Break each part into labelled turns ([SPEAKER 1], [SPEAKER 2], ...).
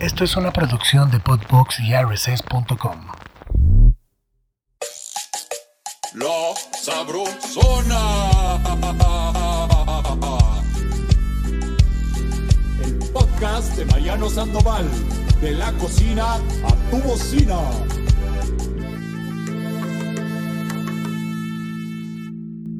[SPEAKER 1] Esto es una producción de Podbox y RSS.com.
[SPEAKER 2] La Sabrosona. El podcast de Mariano Sandoval. De la cocina a tu bocina.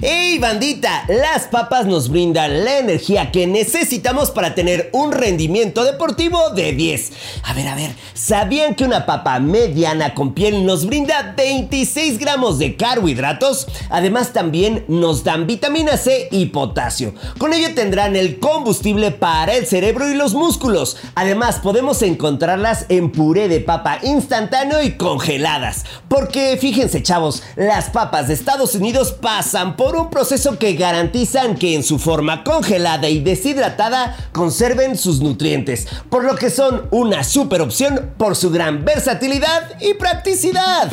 [SPEAKER 3] ¡Hey bandita! Las papas nos brindan la energía que necesitamos para tener un rendimiento deportivo de 10. A ver, a ver, ¿sabían que una papa mediana con piel nos brinda 26 gramos de carbohidratos? Además también nos dan vitamina C y potasio. Con ello tendrán el combustible para el cerebro y los músculos. Además podemos encontrarlas en puré de papa instantáneo y congeladas. Porque fíjense chavos, las papas de Estados Unidos pasan por un proceso que garantizan que en su forma congelada y deshidratada conserven sus nutrientes, por lo que son una super opción por su gran versatilidad y practicidad.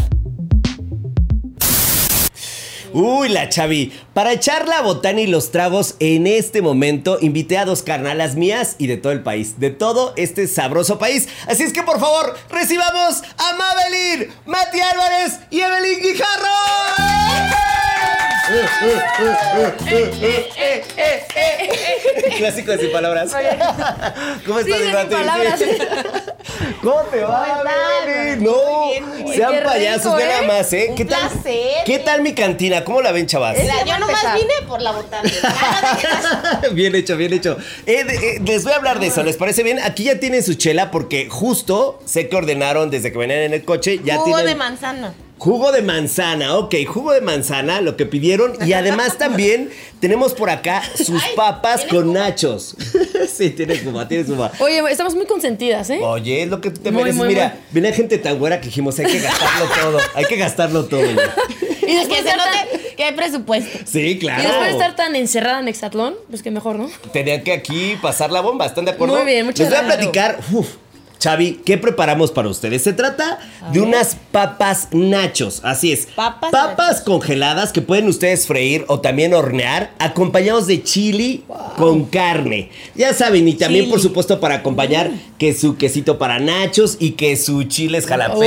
[SPEAKER 3] Uy, la Chavi. Para echar la botana y los tragos en este momento, invité a dos carnalas mías y de todo el país, de todo este sabroso país. Así es que por favor, recibamos a Mabelín, Mati Álvarez y Evelyn Guijarro. Clásico de sin palabras. ¿Cómo
[SPEAKER 4] Sí,
[SPEAKER 3] estás,
[SPEAKER 4] de sin
[SPEAKER 3] Mati?
[SPEAKER 4] palabras.
[SPEAKER 3] ¿Cómo te va,
[SPEAKER 4] están?
[SPEAKER 3] Evelyn?
[SPEAKER 4] Muy bien, muy
[SPEAKER 3] No,
[SPEAKER 4] bien.
[SPEAKER 3] sean
[SPEAKER 4] Qué
[SPEAKER 3] payasos,
[SPEAKER 4] rico,
[SPEAKER 3] de nada
[SPEAKER 4] ¿eh?
[SPEAKER 3] más, ¿eh?
[SPEAKER 5] Un
[SPEAKER 3] ¿Qué tal?
[SPEAKER 5] placer.
[SPEAKER 3] ¿Qué tal mi cantina? ¿Cómo la ven, chavas?
[SPEAKER 4] Es
[SPEAKER 5] La-
[SPEAKER 4] Ya va
[SPEAKER 5] yo
[SPEAKER 4] a
[SPEAKER 5] nomás
[SPEAKER 4] empezar.
[SPEAKER 5] vine por la botana.
[SPEAKER 3] bien hecho, bien hecho. Eh, de- eh, les voy a hablar de eso, ¿les parece bien? Aquí ya tienen su chela porque justo sé que ordenaron desde que venían en el coche. Ya
[SPEAKER 5] Jugo
[SPEAKER 3] tienen
[SPEAKER 5] de manzana.
[SPEAKER 3] Jugo de manzana, ok, jugo de manzana, lo que pidieron. Y además también tenemos por acá sus
[SPEAKER 5] Ay,
[SPEAKER 3] papas
[SPEAKER 5] ¿tiene
[SPEAKER 3] con nachos. sí, tiene cuba, tiene cuba.
[SPEAKER 4] Oye, estamos muy consentidas, ¿eh?
[SPEAKER 3] Oye, es lo que tú te
[SPEAKER 4] Muy,
[SPEAKER 3] mereces.
[SPEAKER 4] muy,
[SPEAKER 3] Mira, viene gente tan güera que dijimos, hay que gastarlo todo, hay que gastarlo todo. güey.
[SPEAKER 4] Y después,
[SPEAKER 5] que se
[SPEAKER 4] de estar tan-
[SPEAKER 5] note que hay presupuesto.
[SPEAKER 3] Sí, claro.
[SPEAKER 4] y después de estar tan encerrada en Exatlón, pues que mejor, ¿no?
[SPEAKER 3] Tenían que aquí pasar la bomba, ¿están de acuerdo?
[SPEAKER 4] Muy bien, muchas
[SPEAKER 3] Les voy a
[SPEAKER 4] gracias.
[SPEAKER 3] platicar, uf, Xavi, ¿qué preparamos para ustedes? Se trata de unas papas nachos, así es.
[SPEAKER 5] Papas
[SPEAKER 3] congeladas que pueden ustedes freír o también hornear, acompañados de chili con carne. Ya saben, y también, por
[SPEAKER 4] Chili.
[SPEAKER 3] supuesto, para acompañar
[SPEAKER 5] Mm.
[SPEAKER 3] que su quesito para nachos y que su chiles jalapeños.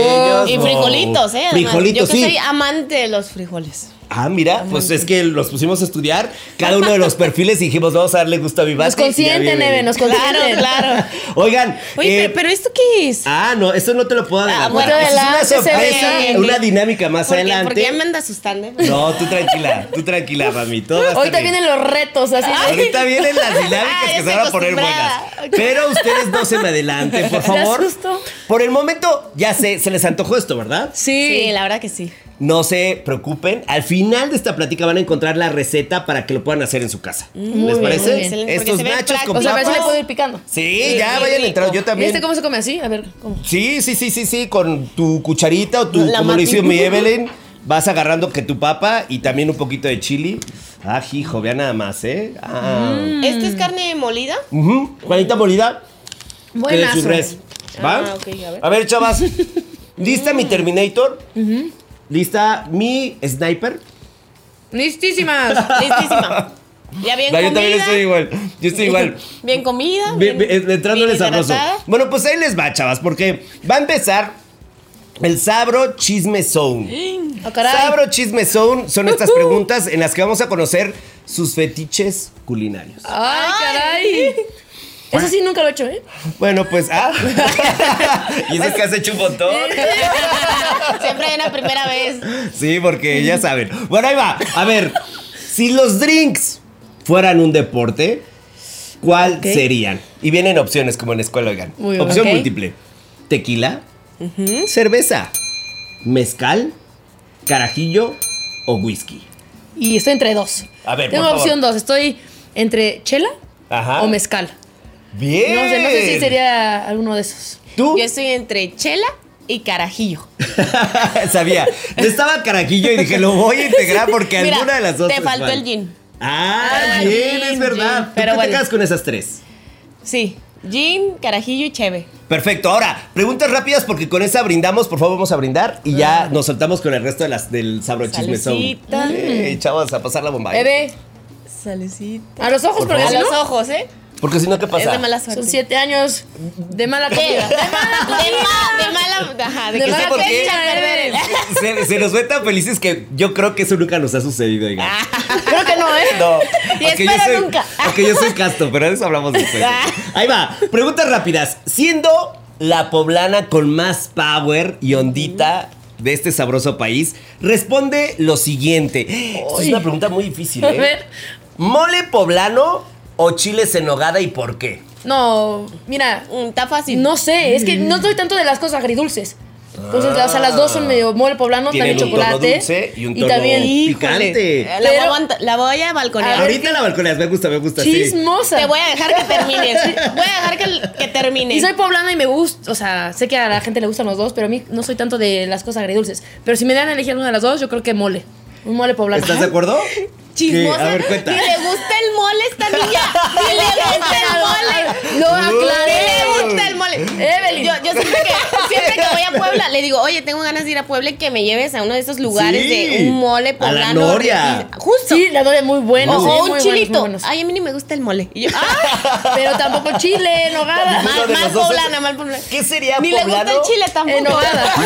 [SPEAKER 5] Oh. y
[SPEAKER 3] o-
[SPEAKER 5] frijolitos, ¿eh? además.
[SPEAKER 3] Frijolitos,
[SPEAKER 5] yo que
[SPEAKER 3] sí.
[SPEAKER 5] soy amante de los frijoles.
[SPEAKER 3] Ah, mira, pues es que los pusimos a estudiar cada uno de los perfiles y dijimos, vamos a darle gusto a Vivas.
[SPEAKER 4] Nos consienten, Eve, nos consienten.
[SPEAKER 5] claro.
[SPEAKER 3] Oigan,
[SPEAKER 4] Oye,
[SPEAKER 3] eh,
[SPEAKER 4] pero ¿esto qué es?
[SPEAKER 3] Ah, no, esto no te lo puedo adelantar.
[SPEAKER 5] bueno,
[SPEAKER 3] es una
[SPEAKER 4] adelante, se
[SPEAKER 3] sorpresa,
[SPEAKER 5] ve.
[SPEAKER 3] una dinámica más
[SPEAKER 5] ¿Por qué?
[SPEAKER 3] adelante.
[SPEAKER 5] Porque ya me anda asustando. ¿eh?
[SPEAKER 3] No, tú tranquila, tú tranquila, mami. Todo va a estar
[SPEAKER 4] Ahorita
[SPEAKER 3] bien.
[SPEAKER 4] vienen los retos, así. de-
[SPEAKER 3] Ahorita vienen las dinámicas
[SPEAKER 5] Ah, ya
[SPEAKER 3] que se
[SPEAKER 5] estoy
[SPEAKER 3] van a poner buenas.
[SPEAKER 5] acostumbrada.
[SPEAKER 3] Pero ustedes no se me adelanten, por favor.
[SPEAKER 4] asustó.
[SPEAKER 3] Por el momento, ya sé, se les antojó esto, ¿verdad?
[SPEAKER 4] Sí.
[SPEAKER 5] la verdad que sí.
[SPEAKER 3] No se preocupen. Al final de esta plática van a encontrar la receta para que lo puedan hacer en su casa. ¿Les
[SPEAKER 4] bien,
[SPEAKER 3] parece?
[SPEAKER 5] muy bien. Excelente, porque
[SPEAKER 3] Estos
[SPEAKER 5] se ve
[SPEAKER 3] nachos
[SPEAKER 5] práctico.
[SPEAKER 3] con
[SPEAKER 4] o sea, a ver si le
[SPEAKER 3] papas.
[SPEAKER 4] puedo ir picando.
[SPEAKER 3] Sí,
[SPEAKER 5] Sí,
[SPEAKER 3] ya
[SPEAKER 5] muy
[SPEAKER 3] vayan a entrar.
[SPEAKER 5] rico.
[SPEAKER 3] Yo también.
[SPEAKER 4] ¿Este cómo se come así? A ver, ¿cómo?
[SPEAKER 3] Sí, sí, sí, sí, sí, con tu cucharita o tu,
[SPEAKER 5] La
[SPEAKER 3] como lo
[SPEAKER 5] mati-
[SPEAKER 3] hizo mi Evelyn, vas agarrando que tu papa y también un poquito de chili. Ah, hijo, vean nada más, ¿eh? Ah.
[SPEAKER 4] Mm.
[SPEAKER 5] ¿Este es carne molida?
[SPEAKER 3] Ujú, Juanita Molida, que de sus res. ¿Va?
[SPEAKER 5] Ah, ok, a ver. Mm.
[SPEAKER 3] chavas. ¿Lista mi Terminator? ¿Lista mi Sniper?
[SPEAKER 4] ¡Listísimas!
[SPEAKER 5] Listísima. Ya bien
[SPEAKER 3] No,
[SPEAKER 5] comida.
[SPEAKER 3] yo también estoy igual. Yo estoy igual. eh,
[SPEAKER 5] Bien comida.
[SPEAKER 3] Bien, bien, entrándole
[SPEAKER 5] bien
[SPEAKER 3] sabroso.
[SPEAKER 5] hidratada.
[SPEAKER 3] Bueno, pues ahí les va, chavas, porque va a empezar el Sabro Chisme Zone.
[SPEAKER 4] ¡Ah, caray!
[SPEAKER 3] Sabro Chisme Zone son estas preguntas en las que vamos a conocer sus fetiches culinarios.
[SPEAKER 4] ¡Ay, caray! Eso sí nunca lo he hecho, ¿eh?
[SPEAKER 3] Bueno, pues, ah. y eso es que has hecho un montón.
[SPEAKER 5] Eh, Siempre hay una primera vez.
[SPEAKER 3] Sí, porque ya saben. Bueno, ahí va. A ver, si los drinks fueran un deporte, ¿cuál
[SPEAKER 4] Ok.
[SPEAKER 3] serían? Y vienen opciones como en la escuela, oigan.
[SPEAKER 4] Muy bien.
[SPEAKER 3] Opción
[SPEAKER 4] Ok.
[SPEAKER 3] múltiple. Tequila, cerveza, mezcal, carajillo o whisky.
[SPEAKER 4] Y estoy entre dos.
[SPEAKER 3] A ver,
[SPEAKER 4] Tengo
[SPEAKER 3] por favor.
[SPEAKER 4] opción dos. Estoy entre chela
[SPEAKER 3] Ajá. ¡Eh!
[SPEAKER 4] o mezcal.
[SPEAKER 3] Bien.
[SPEAKER 4] No sé, no sé si sería alguno de esos.
[SPEAKER 3] ¿Tú?
[SPEAKER 5] Yo estoy entre chela y carajillo.
[SPEAKER 3] Sabía. Yo estaba carajillo y dije, lo voy a integrar porque
[SPEAKER 5] Mira,
[SPEAKER 3] alguna de las
[SPEAKER 5] te
[SPEAKER 3] dos.
[SPEAKER 5] faltó el gin.
[SPEAKER 3] Ah,
[SPEAKER 5] Ah,
[SPEAKER 3] bien,
[SPEAKER 5] gin,
[SPEAKER 3] es verdad.
[SPEAKER 5] gin.
[SPEAKER 3] ¿Tú
[SPEAKER 5] Pero
[SPEAKER 3] qué te
[SPEAKER 5] bueno.
[SPEAKER 3] quedas con esas tres?
[SPEAKER 5] Sí, gin, carajillo y cheve.
[SPEAKER 3] Perfecto, ahora, preguntas rápidas porque con esa brindamos, por favor, vamos a brindar y ya nos soltamos con el resto de las del sabro chismezón.
[SPEAKER 5] Salecita. Mm.
[SPEAKER 3] Eh, chavos, a pasar la bomba.
[SPEAKER 4] Bebé,
[SPEAKER 5] Salecita.
[SPEAKER 4] a los ojos,
[SPEAKER 3] Por
[SPEAKER 4] porque
[SPEAKER 3] favor.
[SPEAKER 5] A
[SPEAKER 4] si no...
[SPEAKER 5] los ojos, ¿eh?
[SPEAKER 3] Porque si no, ¿qué pasa?
[SPEAKER 5] Es de mala suerte.
[SPEAKER 4] Son siete años de mala
[SPEAKER 5] ¿Qué?
[SPEAKER 4] comida.
[SPEAKER 5] De mala De, ma- de mala. Ajá, de,
[SPEAKER 4] De
[SPEAKER 5] que
[SPEAKER 4] mala
[SPEAKER 5] se te
[SPEAKER 4] fecha,
[SPEAKER 5] echa a perder.
[SPEAKER 4] eres.
[SPEAKER 3] se, se nos ve tan felices que yo creo que eso nunca nos ha sucedido, oigan.
[SPEAKER 5] Creo que no, ¿eh?
[SPEAKER 3] No.
[SPEAKER 5] Y
[SPEAKER 3] aunque
[SPEAKER 5] espero
[SPEAKER 3] soy,
[SPEAKER 5] nunca.
[SPEAKER 3] Aunque yo soy casto, pero de eso hablamos después.
[SPEAKER 5] Ah.
[SPEAKER 3] Ahí va. Preguntas rápidas. Siendo la poblana con más power y ondita de este sabroso país, responde lo siguiente. Esto es una pregunta muy difícil,
[SPEAKER 4] A
[SPEAKER 3] ¿eh?
[SPEAKER 4] ver.
[SPEAKER 3] ¿Mole poblano o chiles en nogada y por qué?
[SPEAKER 4] No, mira,
[SPEAKER 5] Mm, Está fácil.
[SPEAKER 4] no sé, es que no soy tanto de las cosas agridulces. Entonces, o sea, las dos son medio mole poblano,
[SPEAKER 3] Tienen un
[SPEAKER 4] también
[SPEAKER 3] tono
[SPEAKER 4] chocolate.
[SPEAKER 3] dulce y un tono
[SPEAKER 4] también
[SPEAKER 3] picante.
[SPEAKER 5] Eh, La, voy a
[SPEAKER 4] Pero-
[SPEAKER 5] aguanta- la voy a balconear.
[SPEAKER 4] A ver,
[SPEAKER 3] Ahorita la balconeas, me gusta, me gusta. sí.
[SPEAKER 4] chismosa.
[SPEAKER 5] Te voy a dejar que termines. Voy a dejar que, que termine.
[SPEAKER 4] Y soy poblana y me gusta, o sea, sé que a la gente le gustan los dos, pero a mí no soy tanto de las cosas agridulces. Pero si me dan a elegir una de las dos, yo creo que mole. Un mole poblano.
[SPEAKER 3] ¿Estás de acuerdo?
[SPEAKER 5] chismosa.
[SPEAKER 3] ¿Qué? A ver, cuenta.
[SPEAKER 5] Ni le gusta el mole a esta niña. Ni le gusta el mole.
[SPEAKER 4] Lo
[SPEAKER 5] Ni le
[SPEAKER 4] aclaré.
[SPEAKER 5] gusta el mole. Evelyn. Yo, yo siempre, que, siempre que voy a Puebla, le digo, oye, tengo ganas de ir a Puebla y que me lleves a uno de esos lugares
[SPEAKER 3] Sí.
[SPEAKER 5] de un mole
[SPEAKER 3] A la
[SPEAKER 5] poblano.
[SPEAKER 3] noria.
[SPEAKER 5] Y- Justo.
[SPEAKER 4] Sí, la doble muy buena.
[SPEAKER 5] o
[SPEAKER 4] sí, muy
[SPEAKER 5] un
[SPEAKER 4] buenos, muy
[SPEAKER 5] chilito.
[SPEAKER 4] buenos.
[SPEAKER 5] Ay, a mí ni me gusta el mole. Y yo, ah,
[SPEAKER 4] Pero tampoco chile, nogada.
[SPEAKER 5] mal,
[SPEAKER 3] de
[SPEAKER 5] mal
[SPEAKER 3] los dos.
[SPEAKER 5] poblana, mal poblana.
[SPEAKER 3] ¿Qué sería
[SPEAKER 5] Ni le gusta
[SPEAKER 3] poblano?
[SPEAKER 5] el chile tampoco.
[SPEAKER 4] En nogada.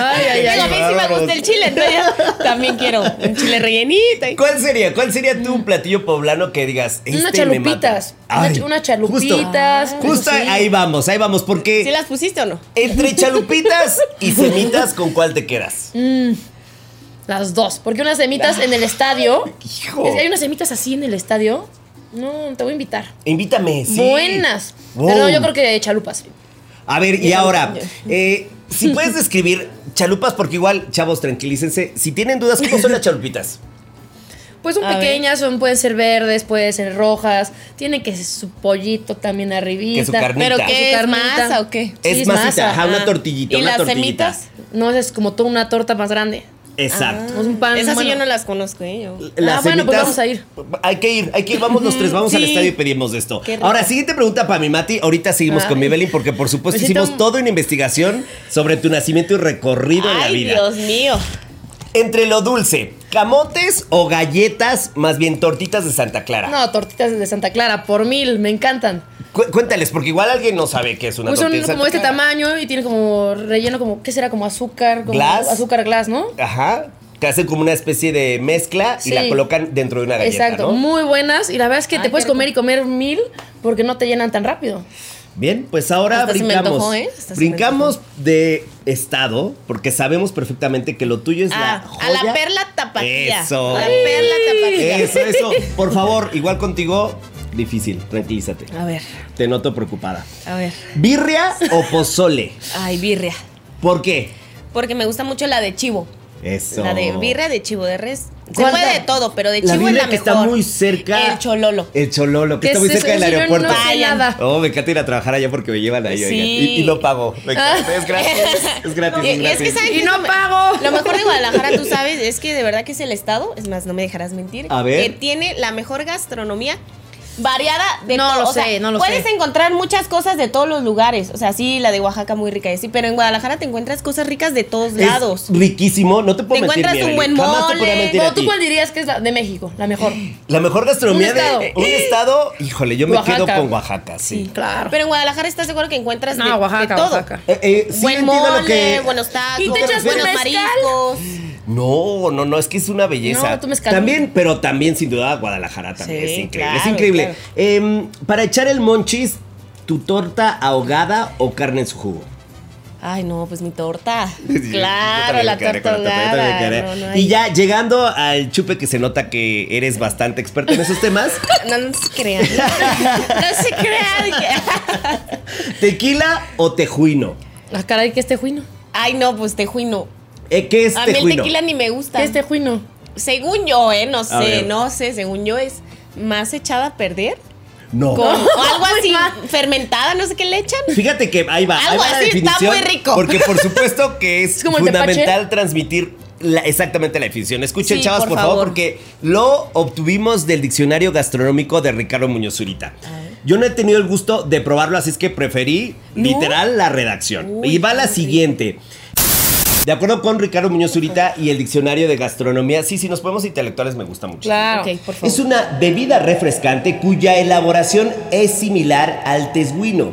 [SPEAKER 4] ay, ay,
[SPEAKER 5] Digo, a
[SPEAKER 4] ay.
[SPEAKER 5] mí sí me gusta el chile, entonces también quiero un chile rellenito. y-
[SPEAKER 3] ¿Cuál sería? ¿Cuál sería tu platillo poblano que digas? Este
[SPEAKER 4] Unas
[SPEAKER 3] me mata"?
[SPEAKER 4] chalupitas. Una
[SPEAKER 3] Ay,
[SPEAKER 4] ch- Unas chalupitas.
[SPEAKER 3] Justo, justo
[SPEAKER 4] sí.
[SPEAKER 3] ahí vamos, ahí vamos, porque
[SPEAKER 5] ¿Sí las pusiste o no?
[SPEAKER 3] entre chalupitas y semitas, ¿con cuál te quedas?
[SPEAKER 4] Mm. Las dos. Porque unas semitas en el estadio.
[SPEAKER 3] Hijo.
[SPEAKER 4] Es- Hay unas semitas así en el estadio. No, te voy a invitar.
[SPEAKER 3] Invítame. sí.
[SPEAKER 4] Buenas.
[SPEAKER 3] Wow.
[SPEAKER 4] Pero no, yo creo que chalupas.
[SPEAKER 3] A ver, y ahora, eh, si puedes describir chalupas, porque igual, chavos, tranquilícense. Si tienen dudas, ¿cómo son las chalupitas?
[SPEAKER 4] Pues son
[SPEAKER 5] A ver.
[SPEAKER 4] pequeñas, son, pueden ser verdes, pueden ser rojas. Tiene que ser su pollito también arribita.
[SPEAKER 3] Que su carnita.
[SPEAKER 5] ¿Pero
[SPEAKER 3] Su
[SPEAKER 5] qué es?
[SPEAKER 4] carnita.
[SPEAKER 5] ¿Masa o qué?
[SPEAKER 4] Sí,
[SPEAKER 3] es
[SPEAKER 4] es
[SPEAKER 3] masita,
[SPEAKER 4] masa.
[SPEAKER 3] ajá, una
[SPEAKER 5] Ah.
[SPEAKER 3] tortillita,
[SPEAKER 5] ¿Y
[SPEAKER 3] una
[SPEAKER 5] las
[SPEAKER 3] tortillita.
[SPEAKER 5] semitas?
[SPEAKER 4] No, esa es como toda una torta más grande.
[SPEAKER 3] Exacto.
[SPEAKER 4] Es un pan.
[SPEAKER 5] Esas sí
[SPEAKER 4] bueno.
[SPEAKER 5] yo no las conozco, ¿eh? Yo.
[SPEAKER 3] Las
[SPEAKER 4] Ah, bueno, pues
[SPEAKER 3] semitas-
[SPEAKER 4] vamos a ir.
[SPEAKER 3] Hay que ir, hay que ir, vamos los tres, vamos al
[SPEAKER 5] sí.
[SPEAKER 3] estadio y pedimos de esto.
[SPEAKER 5] Qué rico.
[SPEAKER 3] Ahora, siguiente pregunta para mi Mati. Ahorita seguimos con mi
[SPEAKER 4] Ay.
[SPEAKER 3] Belín porque por supuesto
[SPEAKER 4] Me siento
[SPEAKER 3] hicimos
[SPEAKER 4] un-
[SPEAKER 3] toda una investigación sobre tu nacimiento y recorrido en la
[SPEAKER 5] Ay,
[SPEAKER 3] vida.
[SPEAKER 5] Dios mío.
[SPEAKER 3] Entre lo dulce, camotes o galletas, más bien tortitas de Santa Clara.
[SPEAKER 4] No, tortitas de Santa Clara, por mil, me encantan.
[SPEAKER 3] Cu- cuéntales, porque igual alguien no sabe qué es una
[SPEAKER 4] Pues son
[SPEAKER 3] tortita de Santa
[SPEAKER 4] como este
[SPEAKER 3] Clara.
[SPEAKER 4] tamaño y tiene como relleno como, ¿qué será? Como azúcar. Como
[SPEAKER 3] Glass.
[SPEAKER 4] Azúcar glass, ¿no?
[SPEAKER 3] Ajá. Que hacen como una especie de mezcla y
[SPEAKER 4] Sí.
[SPEAKER 3] la colocan dentro de una galleta,
[SPEAKER 4] Exacto,
[SPEAKER 3] ¿no?
[SPEAKER 4] muy buenas. Y la verdad es que
[SPEAKER 5] Ay,
[SPEAKER 4] te puedes
[SPEAKER 5] qué rico.
[SPEAKER 4] comer y comer mil porque no te llenan tan rápido.
[SPEAKER 3] Bien, pues ahora
[SPEAKER 5] Hasta se me
[SPEAKER 3] brincamos.
[SPEAKER 5] antojó, ¿eh? Hasta se me
[SPEAKER 3] brincamos de estado, porque sabemos perfectamente que lo tuyo es
[SPEAKER 5] Ah,
[SPEAKER 3] la
[SPEAKER 5] a la
[SPEAKER 3] joya.
[SPEAKER 5] perla tapatía.
[SPEAKER 3] Eso.
[SPEAKER 5] A la perla tapatía.
[SPEAKER 3] Eso, eso. Por favor, igual contigo, difícil, tranquilízate.
[SPEAKER 5] A ver,
[SPEAKER 3] Te noto preocupada.
[SPEAKER 5] a ver.
[SPEAKER 3] ¿Birria o pozole?
[SPEAKER 5] Ay, birria.
[SPEAKER 3] ¿Por qué?
[SPEAKER 5] Porque me gusta mucho la de chivo.
[SPEAKER 3] Eso.
[SPEAKER 5] La de birria de chivo de res. Se
[SPEAKER 3] ¿Cuál
[SPEAKER 5] puede
[SPEAKER 3] la-
[SPEAKER 5] de todo, pero de
[SPEAKER 3] la
[SPEAKER 5] chivo es
[SPEAKER 3] birria
[SPEAKER 5] la mejor.
[SPEAKER 3] que está muy cerca.
[SPEAKER 5] El chololo.
[SPEAKER 3] El chololo, que
[SPEAKER 4] ¿Qué
[SPEAKER 3] está muy
[SPEAKER 4] es
[SPEAKER 3] cerca
[SPEAKER 4] eso?
[SPEAKER 3] del
[SPEAKER 4] Yo no
[SPEAKER 3] aeropuerto.
[SPEAKER 4] sé nada.
[SPEAKER 3] Oh, me encanta ir a trabajar allá porque me llevan ahí,
[SPEAKER 5] Sí. Ah.
[SPEAKER 3] oigan. Y, y no pago. Me encanta. Es gratis. Es gratis.
[SPEAKER 5] Y-
[SPEAKER 3] es
[SPEAKER 5] y es que
[SPEAKER 3] gratis.
[SPEAKER 5] saben
[SPEAKER 4] Y
[SPEAKER 5] que
[SPEAKER 4] no
[SPEAKER 5] es lo-
[SPEAKER 4] pago.
[SPEAKER 5] Lo mejor de Guadalajara, tú sabes, es que de verdad que es el estado, es más, no me dejarás mentir,
[SPEAKER 3] A ver.
[SPEAKER 5] que tiene la mejor gastronomía variada de
[SPEAKER 4] No
[SPEAKER 5] todo.
[SPEAKER 4] lo
[SPEAKER 5] o sea,
[SPEAKER 4] sé, no lo
[SPEAKER 5] puedes
[SPEAKER 4] sé.
[SPEAKER 5] encontrar muchas cosas de todos los lugares. O sea, sí, la de Oaxaca muy rica, y sí, pero en Guadalajara te encuentras cosas ricas de todos
[SPEAKER 3] Es
[SPEAKER 5] lados.
[SPEAKER 3] riquísimo, no te puedo
[SPEAKER 5] Te
[SPEAKER 3] mentir.
[SPEAKER 5] encuentras
[SPEAKER 3] Miguel,
[SPEAKER 5] un buen
[SPEAKER 3] Jamás te podría
[SPEAKER 5] mole.
[SPEAKER 3] mentir a
[SPEAKER 4] No, ¿tú
[SPEAKER 3] ti.
[SPEAKER 4] cuál dirías que es la de México? La mejor.
[SPEAKER 3] La mejor gastronomía
[SPEAKER 4] Un estado.
[SPEAKER 3] de un estado, híjole, yo me
[SPEAKER 4] Oaxaca.
[SPEAKER 3] quedo con Oaxaca, sí.
[SPEAKER 4] Claro.
[SPEAKER 5] Pero en Guadalajara estás seguro que encuentras de,
[SPEAKER 4] no,
[SPEAKER 5] de
[SPEAKER 4] Oaxaca,
[SPEAKER 5] todo.
[SPEAKER 4] Oaxaca.
[SPEAKER 3] Eh, eh, sí
[SPEAKER 5] Buen
[SPEAKER 3] entiendo
[SPEAKER 5] mole,
[SPEAKER 3] lo que...
[SPEAKER 5] buenos tacos,
[SPEAKER 4] ¿Y te echas un
[SPEAKER 5] buenos
[SPEAKER 4] mezcal?
[SPEAKER 5] mariscos.
[SPEAKER 3] No, no, no, es que es una belleza.
[SPEAKER 4] No, tú mezcal.
[SPEAKER 3] también, pero también sin duda Guadalajara también
[SPEAKER 5] Sí,
[SPEAKER 3] es increíble, es
[SPEAKER 5] claro,
[SPEAKER 3] increíble.
[SPEAKER 5] claro.
[SPEAKER 3] Em, para echar el monchis, tu torta ahogada o carne en su jugo.
[SPEAKER 5] Ay, no, pues mi torta.
[SPEAKER 3] Sí,
[SPEAKER 5] claro,
[SPEAKER 3] yo también
[SPEAKER 5] la
[SPEAKER 3] me quedaré
[SPEAKER 5] torta
[SPEAKER 3] con la yo también me
[SPEAKER 5] ahogada.
[SPEAKER 3] quedaré.
[SPEAKER 5] No, no
[SPEAKER 3] y
[SPEAKER 5] hay-
[SPEAKER 3] ya llegando al chupe que se nota que eres bastante experta en esos temas,
[SPEAKER 5] No, no se crean. No se crean.
[SPEAKER 3] tequila o tejuino.
[SPEAKER 4] Ah, caray, ¿qué es tejuino?
[SPEAKER 5] Ay, no, pues tejuino.
[SPEAKER 3] Eh, ¿Qué es
[SPEAKER 5] A mí el
[SPEAKER 3] tejuino?
[SPEAKER 5] tequila ni me gusta.
[SPEAKER 4] ¿Qué es tejuino?
[SPEAKER 5] Según yo, ¿eh? No sé,
[SPEAKER 3] Este- ver.
[SPEAKER 5] no sé. Según yo es más echada a perder.
[SPEAKER 3] No.
[SPEAKER 5] Con, o algo así, fermentada, no sé qué le echan.
[SPEAKER 3] Fíjate que ahí va. ahí
[SPEAKER 5] Algo
[SPEAKER 3] va la
[SPEAKER 5] así, está
[SPEAKER 3] definición,
[SPEAKER 5] muy rico.
[SPEAKER 3] Porque por supuesto que es,
[SPEAKER 4] Es como el
[SPEAKER 3] fundamental
[SPEAKER 4] tepache.
[SPEAKER 3] transmitir la- exactamente la definición. Escuchen,
[SPEAKER 5] Sí,
[SPEAKER 3] chavas, por,
[SPEAKER 5] por
[SPEAKER 3] favor,
[SPEAKER 5] favor.
[SPEAKER 3] porque lo obtuvimos del diccionario gastronómico de Ricardo Muñoz Zurita. Yo no he tenido el gusto de probarlo, así es que preferí literal la redacción.
[SPEAKER 5] Uy,
[SPEAKER 3] y va la siguiente. De acuerdo con Ricardo Muñoz Zurita y el diccionario de gastronomía, sí, sí, nos podemos intelectuales, me gusta mucho.
[SPEAKER 4] Claro.
[SPEAKER 5] Ok, por favor.
[SPEAKER 3] Es una bebida refrescante cuya elaboración es similar al tesguino,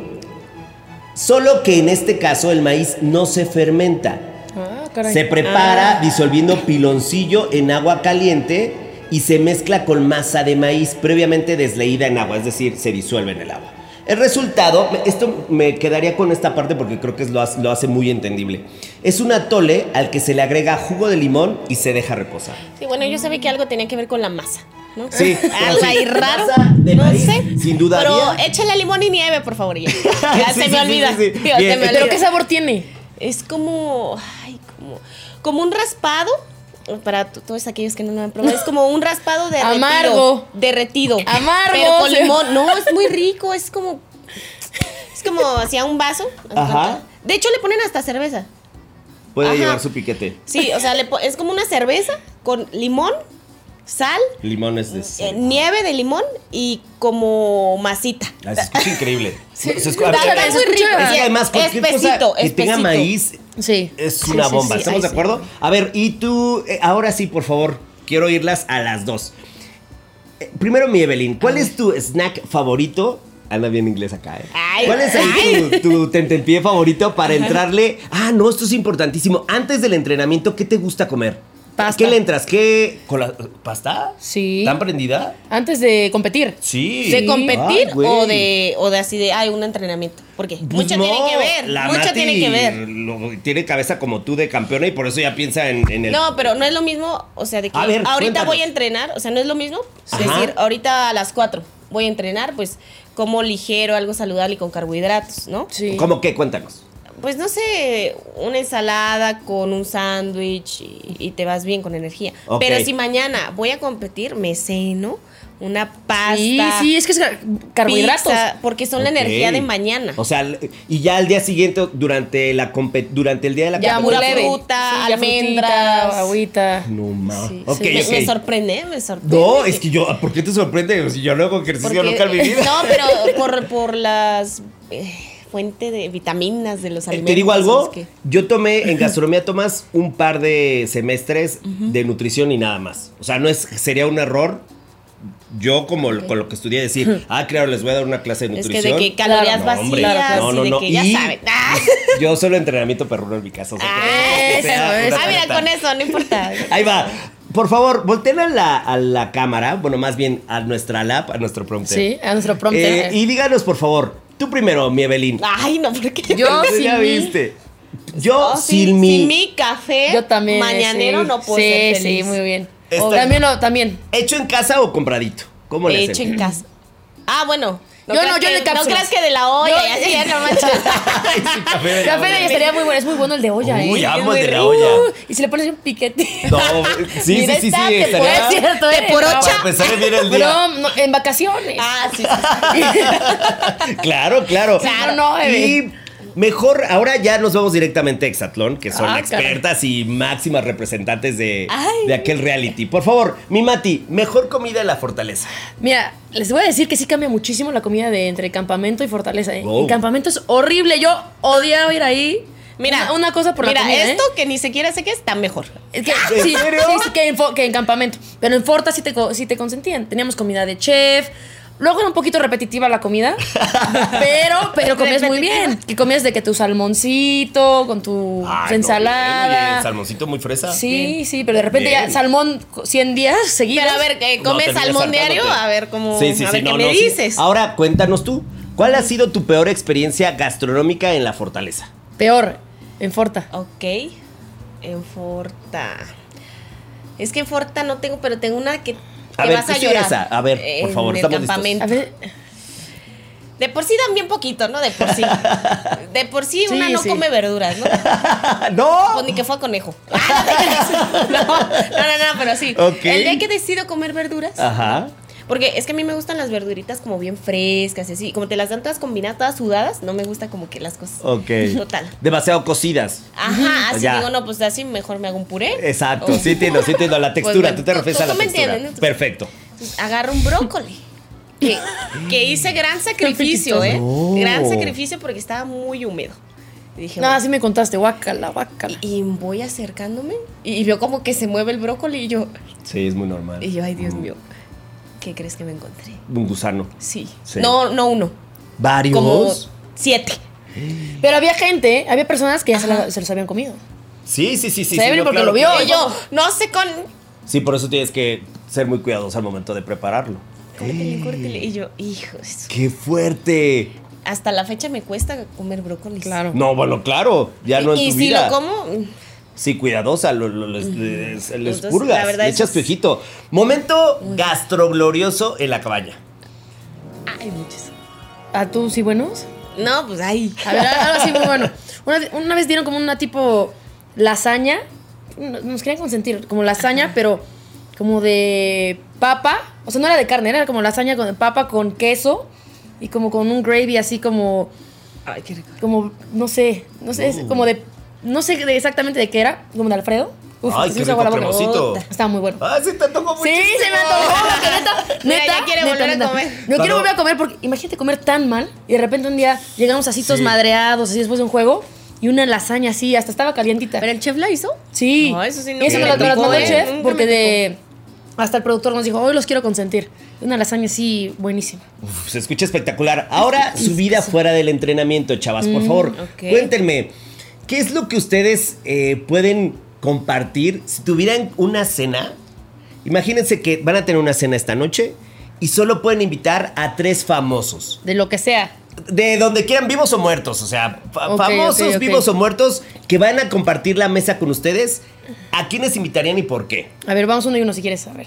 [SPEAKER 3] solo que en este caso el maíz no se fermenta.
[SPEAKER 4] Ah, caray.
[SPEAKER 3] Se prepara
[SPEAKER 5] Ah.
[SPEAKER 3] disolviendo piloncillo en agua caliente y se mezcla con masa de maíz previamente desleída en agua, es decir, se disuelve en el agua. El resultado, me- esto me quedaría con esta parte porque creo que es- lo hace, lo hace muy entendible. Es un atole al que se le agrega jugo de limón y se deja reposar.
[SPEAKER 5] Sí, bueno, yo sabía que algo tenía que ver con la masa, ¿no?
[SPEAKER 3] Sí,
[SPEAKER 5] Algo
[SPEAKER 3] sí.
[SPEAKER 5] ahí raro.
[SPEAKER 3] Masa de
[SPEAKER 5] no
[SPEAKER 3] maíz,
[SPEAKER 5] sé.
[SPEAKER 3] sin duda
[SPEAKER 5] Pero
[SPEAKER 3] había.
[SPEAKER 5] échale limón y nieve, por favor. Ya, Ya
[SPEAKER 3] Sí,
[SPEAKER 5] se
[SPEAKER 3] sí,
[SPEAKER 5] me
[SPEAKER 3] sí,
[SPEAKER 5] olvida.
[SPEAKER 3] sí, sí.
[SPEAKER 5] Tío,
[SPEAKER 3] Bien.
[SPEAKER 5] se me
[SPEAKER 4] ¿Pero
[SPEAKER 5] olvida.
[SPEAKER 4] qué sabor tiene?
[SPEAKER 5] Es como. Ay, como. Como un raspado. Para t- todos aquellos que no lo han probado. Es como un raspado derretido.
[SPEAKER 4] Amargo.
[SPEAKER 5] Derretido.
[SPEAKER 4] Amargo,
[SPEAKER 5] Pero con
[SPEAKER 4] sí.
[SPEAKER 5] limón. No, es muy rico. Es como. Es como hacia un vaso. haz de
[SPEAKER 3] Ajá.
[SPEAKER 5] cuenta. De hecho, le ponen hasta cerveza.
[SPEAKER 3] Puede
[SPEAKER 5] Ajá.
[SPEAKER 3] llevar su piquete.
[SPEAKER 5] Sí, o sea, le po- es como una cerveza con limón, sal,
[SPEAKER 3] Limón es de...
[SPEAKER 5] eh, nieve de limón y como masita.
[SPEAKER 3] Ah, Se escucha increíble. Se escucha-
[SPEAKER 5] Está- está
[SPEAKER 3] es
[SPEAKER 5] muy rico.
[SPEAKER 3] que además cualquier
[SPEAKER 5] Espesito,
[SPEAKER 3] cosa que tenga
[SPEAKER 5] espesito.
[SPEAKER 3] maíz
[SPEAKER 4] Sí.
[SPEAKER 3] Es una
[SPEAKER 5] sí, sí,
[SPEAKER 3] bomba,
[SPEAKER 5] sí,
[SPEAKER 3] ¿estamos
[SPEAKER 5] ahí
[SPEAKER 3] de
[SPEAKER 5] sí.
[SPEAKER 3] acuerdo? A ver, y tú, eh, ahora sí, por favor, quiero irlas a las dos. Eh, primero, mi Evelyn, ¿cuál es tu snack favorito? Anda bien inglés acá, ¿eh?
[SPEAKER 5] Ay,
[SPEAKER 3] ¿Cuál es ahí tu, tu tentempié favorito para entrarle? Ah, no, esto es importantísimo. Antes del entrenamiento, ¿qué te gusta comer?
[SPEAKER 4] Pasta.
[SPEAKER 3] ¿Qué le entras? ¿Qué? ¿Con la- ¿Pasta?
[SPEAKER 4] Sí.
[SPEAKER 3] ¿Tan prendida?
[SPEAKER 4] Antes de competir.
[SPEAKER 3] Sí.
[SPEAKER 5] ¿De competir
[SPEAKER 3] Ay, güey.
[SPEAKER 5] o de o de así de ay, un entrenamiento? Porque
[SPEAKER 3] Pues
[SPEAKER 5] mucho
[SPEAKER 3] no,
[SPEAKER 5] tiene que ver,
[SPEAKER 3] la
[SPEAKER 5] mucho
[SPEAKER 3] Mati
[SPEAKER 5] tiene que ver.
[SPEAKER 3] lo- tiene cabeza como tú de campeona y por eso ya piensa en, en el.
[SPEAKER 5] No, pero no es lo mismo, o sea, de que
[SPEAKER 3] A ver,
[SPEAKER 5] ahorita
[SPEAKER 3] cuéntanos.
[SPEAKER 5] voy a entrenar, o sea, no es lo mismo
[SPEAKER 3] Ajá.
[SPEAKER 5] decir ahorita a las 4 voy a entrenar, pues como ligero, algo saludable y con carbohidratos, ¿no?
[SPEAKER 4] Sí.
[SPEAKER 3] ¿Cómo qué? Cuéntanos.
[SPEAKER 5] Pues no sé, una ensalada con un sándwich y, y te vas bien con energía.
[SPEAKER 3] Ok.
[SPEAKER 5] Pero si mañana voy a competir, me ceno una pasta.
[SPEAKER 4] Sí, sí, es que es car- carbohidratos.
[SPEAKER 5] pizza, porque son
[SPEAKER 3] Ok.
[SPEAKER 5] la energía de mañana.
[SPEAKER 3] O sea, l- y ya al día siguiente, durante la compe- durante el día de la
[SPEAKER 5] Ya,
[SPEAKER 3] competencia-
[SPEAKER 5] muy leve. fruta, almendras.
[SPEAKER 4] agüita.
[SPEAKER 3] No mames.
[SPEAKER 4] Sí,
[SPEAKER 3] ok,
[SPEAKER 4] sí.
[SPEAKER 5] me,
[SPEAKER 3] ok.
[SPEAKER 5] me sorprende, me sorprende.
[SPEAKER 3] No, es que yo, ¿por qué te sorprende? Si yo no hago ejercicio
[SPEAKER 5] Porque-
[SPEAKER 3] nunca en mi vida.
[SPEAKER 5] No, pero por, por las eh, fuente de vitaminas de los
[SPEAKER 3] Eh,
[SPEAKER 5] alimentos.
[SPEAKER 3] Te digo algo,
[SPEAKER 5] es que-
[SPEAKER 3] yo tomé en gastronomía tomas un par de semestres de nutrición y nada más. O sea, no es sería un error yo como lo- con lo que estudié decir, ah, claro, les voy a dar una clase de
[SPEAKER 5] Es
[SPEAKER 3] nutrición.
[SPEAKER 5] que de que calorías
[SPEAKER 3] No,
[SPEAKER 5] vacías
[SPEAKER 3] hombre, no, no,
[SPEAKER 5] y de
[SPEAKER 3] no.
[SPEAKER 5] que ya
[SPEAKER 3] Y-
[SPEAKER 5] saben. Ah,
[SPEAKER 3] Yo solo entrenamiento perruno en mi casa. o sea, que-
[SPEAKER 5] ah,
[SPEAKER 3] o sea,
[SPEAKER 5] eso, eso.
[SPEAKER 3] una
[SPEAKER 5] Ah, mira,
[SPEAKER 3] tarta.
[SPEAKER 5] con eso, no importa.
[SPEAKER 3] Ahí va. Por favor, volteen a la, a la cámara, bueno, más bien a nuestra lab, a nuestro prompter.
[SPEAKER 4] Sí, a nuestro prompter.
[SPEAKER 3] Eh, y díganos, por favor, tú primero, mi Evelyn.
[SPEAKER 5] Ay, no, porque
[SPEAKER 4] Yo
[SPEAKER 3] Entonces,
[SPEAKER 4] Oh, sin
[SPEAKER 3] ya
[SPEAKER 4] mí.
[SPEAKER 3] viste. Yo
[SPEAKER 5] Oh, sí,
[SPEAKER 3] sin mi.
[SPEAKER 5] café
[SPEAKER 4] Yo también.
[SPEAKER 5] mañanero
[SPEAKER 4] sí.
[SPEAKER 5] no puedo
[SPEAKER 4] Sí,
[SPEAKER 5] ser
[SPEAKER 4] sí,
[SPEAKER 5] feliz.
[SPEAKER 4] muy bien.
[SPEAKER 3] Está-
[SPEAKER 4] También, no, también.
[SPEAKER 3] ¿Hecho en casa o compradito? ¿Cómo le
[SPEAKER 5] Hecho
[SPEAKER 3] hacen?
[SPEAKER 5] en casa. Ah, bueno.
[SPEAKER 4] Yo
[SPEAKER 5] creas
[SPEAKER 4] no, yo
[SPEAKER 5] que-
[SPEAKER 4] de cápsulas.
[SPEAKER 5] No creas que de la olla,
[SPEAKER 4] Yo-
[SPEAKER 5] ya, sí, ya no manches.
[SPEAKER 3] Ay, sí, café de la
[SPEAKER 4] Café
[SPEAKER 3] olla.
[SPEAKER 4] de estaría muy bueno, es muy bueno el de olla,
[SPEAKER 3] Uy,
[SPEAKER 4] ¿eh?
[SPEAKER 3] amo
[SPEAKER 4] Es
[SPEAKER 3] el de
[SPEAKER 4] muy
[SPEAKER 3] la
[SPEAKER 4] rico.
[SPEAKER 3] olla.
[SPEAKER 4] Y si le pones un piquete.
[SPEAKER 3] No, sí,
[SPEAKER 5] Mira,
[SPEAKER 3] sí, sí, sí,
[SPEAKER 5] está, te
[SPEAKER 3] estaría-
[SPEAKER 5] puedes ir.
[SPEAKER 4] cierto,
[SPEAKER 5] de
[SPEAKER 4] ¿eh?
[SPEAKER 5] por
[SPEAKER 4] No,
[SPEAKER 5] ocho.
[SPEAKER 3] Para empezar bien el día.
[SPEAKER 4] Pero no, en vacaciones.
[SPEAKER 5] Ah, sí, sí. Ah.
[SPEAKER 3] Claro, claro.
[SPEAKER 4] Claro, no, bebé.
[SPEAKER 3] Y mejor, ahora ya nos vamos directamente a Exatlón, que son
[SPEAKER 4] Ah,
[SPEAKER 3] expertas y máximas representantes de,
[SPEAKER 5] Ay.
[SPEAKER 3] de aquel reality. Por favor, mi Mati, mejor comida de la fortaleza.
[SPEAKER 4] Mira, les voy a decir que sí cambia muchísimo la comida de entre campamento y fortaleza. ¿eh?
[SPEAKER 3] Wow.
[SPEAKER 4] El campamento es horrible. Yo odiaba ir ahí.
[SPEAKER 5] Mira,
[SPEAKER 4] una, una cosa por
[SPEAKER 5] mira,
[SPEAKER 4] la comida. ¿eh?
[SPEAKER 5] esto que ni siquiera sé qué está mejor.
[SPEAKER 4] Es que,
[SPEAKER 3] ¿En
[SPEAKER 4] sí,
[SPEAKER 3] serio?
[SPEAKER 4] sí, sí, que en, fo- que en campamento. Pero en Forta sí te, co- sí te consentían. Teníamos comida de chef. Luego era un poquito repetitiva la comida, pero, pero comías muy bien. Que comías de que tu salmoncito, con
[SPEAKER 3] Ay, no,
[SPEAKER 4] tu
[SPEAKER 3] bien, oye,
[SPEAKER 4] ensalada.
[SPEAKER 3] salmoncito muy fresa.
[SPEAKER 4] sí, sí, pero de repente
[SPEAKER 3] Bien.
[SPEAKER 4] ya salmón co- 100 días seguidos.
[SPEAKER 5] Pero a ver, ¿qué
[SPEAKER 3] No,
[SPEAKER 5] Eh, ¿comes
[SPEAKER 3] terminas
[SPEAKER 5] salmón
[SPEAKER 3] hartándote.
[SPEAKER 5] diario? A ver, cómo,
[SPEAKER 3] Sí, sí,
[SPEAKER 5] a
[SPEAKER 3] sí,
[SPEAKER 5] ver
[SPEAKER 3] no,
[SPEAKER 5] qué me
[SPEAKER 3] no, sí.
[SPEAKER 5] dices.
[SPEAKER 3] Ahora, cuéntanos tú, ¿cuál ha sido tu peor experiencia gastronómica en la fortaleza?
[SPEAKER 4] Peor, en Forta.
[SPEAKER 5] Ok. En Forta. Es que en Forta no tengo, pero tengo una que,
[SPEAKER 3] A
[SPEAKER 5] que
[SPEAKER 3] ver,
[SPEAKER 5] vas a
[SPEAKER 3] sí,
[SPEAKER 5] llorar.
[SPEAKER 3] esa. A ver, por
[SPEAKER 5] En
[SPEAKER 3] favor,
[SPEAKER 5] el
[SPEAKER 3] estamos listos.
[SPEAKER 5] campamento.
[SPEAKER 4] A ver,
[SPEAKER 5] De por sí dan bien poquito, ¿no? De por sí. De por sí, una
[SPEAKER 4] Sí,
[SPEAKER 5] no
[SPEAKER 4] sí.
[SPEAKER 5] come verduras, ¿no? Pues
[SPEAKER 3] ¡No!
[SPEAKER 5] ni que fue a conejo. Ah, No, no, no, no, pero sí.
[SPEAKER 3] Ok.
[SPEAKER 5] El día que decido comer verduras,
[SPEAKER 3] Ajá.
[SPEAKER 5] porque es que a mí me gustan las verduritas como bien frescas y así. Como te las dan todas combinadas, todas sudadas, no me gusta como que las cosas.
[SPEAKER 3] Ok.
[SPEAKER 5] Total.
[SPEAKER 3] Demasiado cocidas.
[SPEAKER 5] Ajá, así
[SPEAKER 3] Ya.
[SPEAKER 5] digo, no, pues así mejor me hago un puré.
[SPEAKER 3] Exacto,
[SPEAKER 5] O-
[SPEAKER 3] sí entiendo, sí entiendo. La textura,
[SPEAKER 5] Pues bueno,
[SPEAKER 3] tú te
[SPEAKER 5] tú-
[SPEAKER 3] refieres
[SPEAKER 5] tú-
[SPEAKER 3] a la
[SPEAKER 5] tú me
[SPEAKER 3] textura.
[SPEAKER 5] entiendes, ¿no?
[SPEAKER 3] Perfecto.
[SPEAKER 5] agarro un brócoli. Que, que hice gran sacrificio, ¿eh?
[SPEAKER 3] No.
[SPEAKER 5] Gran sacrificio porque estaba muy húmedo. Y dije,
[SPEAKER 4] Nada, sí me contaste, guácala, guácala.
[SPEAKER 5] y, y voy acercándome y, y veo como que se mueve el brócoli y yo,
[SPEAKER 3] Sí, es muy normal.
[SPEAKER 5] y yo, ay Dios
[SPEAKER 3] Mm,
[SPEAKER 5] mío, ¿qué crees que me encontré?
[SPEAKER 3] Un gusano.
[SPEAKER 5] Sí.
[SPEAKER 3] Sí.
[SPEAKER 5] No, no uno,
[SPEAKER 3] Varios.
[SPEAKER 5] como siete.
[SPEAKER 4] Pero había gente, ¿eh? había personas que ya se, la- se los habían comido.
[SPEAKER 3] Sí, sí, sí, sí.
[SPEAKER 4] Se
[SPEAKER 3] sí,
[SPEAKER 4] ve
[SPEAKER 3] no,
[SPEAKER 4] porque
[SPEAKER 3] claro
[SPEAKER 4] lo vio.
[SPEAKER 3] que-
[SPEAKER 5] Y yo, no sé con...
[SPEAKER 3] Sí, por eso tienes que ser muy cuidadoso al momento de prepararlo.
[SPEAKER 5] Córtele, córtele.
[SPEAKER 3] Eh.
[SPEAKER 5] Y yo, hijos.
[SPEAKER 3] ¡Qué fuerte!
[SPEAKER 5] Hasta la fecha me cuesta comer brócoli.
[SPEAKER 4] Claro.
[SPEAKER 3] No, bueno, claro, ya no en
[SPEAKER 5] y
[SPEAKER 3] tu
[SPEAKER 5] si
[SPEAKER 3] vida.
[SPEAKER 5] lo como,
[SPEAKER 3] Sí, cuidadosa, lo- lo- les, les- les
[SPEAKER 5] Entonces, la
[SPEAKER 3] purgas,
[SPEAKER 5] verdad
[SPEAKER 3] le
[SPEAKER 5] es-
[SPEAKER 3] echas tu ojito. Momento gastroglorioso en la cabaña.
[SPEAKER 5] ay, muchos.
[SPEAKER 4] ¿A tú sí buenos?
[SPEAKER 5] No, pues ay.
[SPEAKER 4] A ver, algo así muy bueno. Una, una vez dieron como una tipo lasaña. Nos nos querían consentir, como lasaña, pero como de papa. O sea, no era de carne, era como lasaña con papa con queso y como con un gravy así como,
[SPEAKER 5] Ay, qué rico. Mm.
[SPEAKER 4] como no sé, no sé, es
[SPEAKER 3] Uh.
[SPEAKER 4] como de, no sé de exactamente de qué era, como de Alfredo.
[SPEAKER 3] Ay,
[SPEAKER 4] se
[SPEAKER 3] qué
[SPEAKER 4] me hizo agua la
[SPEAKER 3] rico
[SPEAKER 4] boca.
[SPEAKER 3] cremosito.
[SPEAKER 4] Estaba muy bueno.
[SPEAKER 3] Ah, sí, te tocó
[SPEAKER 4] Sí,
[SPEAKER 3] muchísimo.
[SPEAKER 4] se me antojó, porque neta,
[SPEAKER 5] Mira,
[SPEAKER 4] neta,
[SPEAKER 5] ya quiere
[SPEAKER 4] neta,
[SPEAKER 5] volver a
[SPEAKER 4] neta.
[SPEAKER 5] comer.
[SPEAKER 4] No quiero
[SPEAKER 3] Cuando-
[SPEAKER 4] volver a comer porque imagínate comer tan mal y de repente un día llegamos así todos
[SPEAKER 3] Sí.
[SPEAKER 4] madreados, así después de un juego y una lasaña así, hasta estaba calientita.
[SPEAKER 5] ¿Pero el chef la hizo?
[SPEAKER 4] sí.
[SPEAKER 5] No, eso sí no
[SPEAKER 4] Eso
[SPEAKER 3] me
[SPEAKER 4] me lo me lo
[SPEAKER 3] picó,
[SPEAKER 4] mandó el
[SPEAKER 3] ¿eh?
[SPEAKER 4] chef
[SPEAKER 5] Nunca
[SPEAKER 4] porque
[SPEAKER 5] me
[SPEAKER 4] de hasta el productor nos dijo, "Hoy los quiero consentir." Una lasaña así buenísima.
[SPEAKER 3] Uf, se escucha espectacular. Ahora, su vida fuera del entrenamiento, chavas, por favor.
[SPEAKER 5] Mm, ok.
[SPEAKER 3] Cuéntenme, ¿qué es lo que ustedes eh, pueden compartir si tuvieran una cena? Imagínense que van a tener una cena esta noche y solo pueden invitar a tres famosos.
[SPEAKER 4] De lo que sea.
[SPEAKER 3] De donde quieran, vivos o muertos. O sea, fa-
[SPEAKER 4] Ok,
[SPEAKER 3] famosos,
[SPEAKER 4] ok, ok.
[SPEAKER 3] vivos o muertos, que van a compartir la mesa con ustedes. ¿A quiénes invitarían y por qué?
[SPEAKER 4] A ver, vamos uno y uno si quieres. A ver.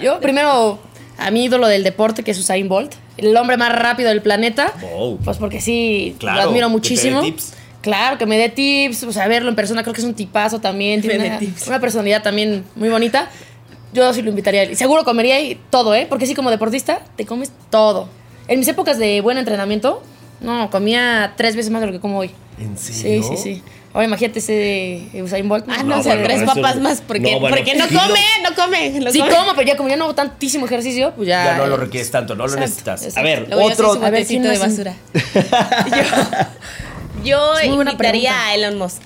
[SPEAKER 4] Yo primero a mi ídolo del deporte, que es Usain Bolt, el hombre más rápido del planeta.
[SPEAKER 3] Wow.
[SPEAKER 4] Pues porque sí,
[SPEAKER 3] Claro,
[SPEAKER 4] lo admiro
[SPEAKER 3] que te
[SPEAKER 4] muchísimo.
[SPEAKER 3] dé tips.
[SPEAKER 4] Claro, que me dé tips. O sea, verlo en persona, creo que es un tipazo también. Tiene
[SPEAKER 5] Me dé
[SPEAKER 4] una,
[SPEAKER 5] tips.
[SPEAKER 4] una personalidad también muy bonita. Yo sí lo invitaría. a él. Y Seguro comería ahí todo, ¿eh? Porque sí, como deportista, te comes todo. En mis épocas de buen entrenamiento, no, comía tres veces más de lo que como hoy.
[SPEAKER 3] ¿En
[SPEAKER 4] Sí,
[SPEAKER 3] serio?
[SPEAKER 4] sí, sí. Ahora imagínate ese de Usain Bolt.
[SPEAKER 5] Ah,
[SPEAKER 4] No,
[SPEAKER 5] no, o sea,
[SPEAKER 3] bueno,
[SPEAKER 5] tres
[SPEAKER 3] eso-
[SPEAKER 5] papas más. Porque
[SPEAKER 3] no,
[SPEAKER 5] no,
[SPEAKER 3] bueno,
[SPEAKER 5] porque no
[SPEAKER 3] sí lo-
[SPEAKER 5] come, no come. no
[SPEAKER 4] Sí,
[SPEAKER 5] come.
[SPEAKER 4] como, pero ya como ya no hago tantísimo ejercicio, pues ya.
[SPEAKER 3] Ya no lo
[SPEAKER 4] eh,
[SPEAKER 3] requieres tanto, no lo
[SPEAKER 4] Exacto,
[SPEAKER 3] necesitas.
[SPEAKER 4] exacto.
[SPEAKER 3] A ver,
[SPEAKER 5] Luego yo soy
[SPEAKER 3] otro.
[SPEAKER 5] su
[SPEAKER 4] a ver,
[SPEAKER 5] botecito
[SPEAKER 4] ¿quién
[SPEAKER 5] de
[SPEAKER 4] más?
[SPEAKER 5] basura. yo
[SPEAKER 4] Es muy buena
[SPEAKER 5] invitaría
[SPEAKER 4] pregunta.
[SPEAKER 5] a Elon Musk.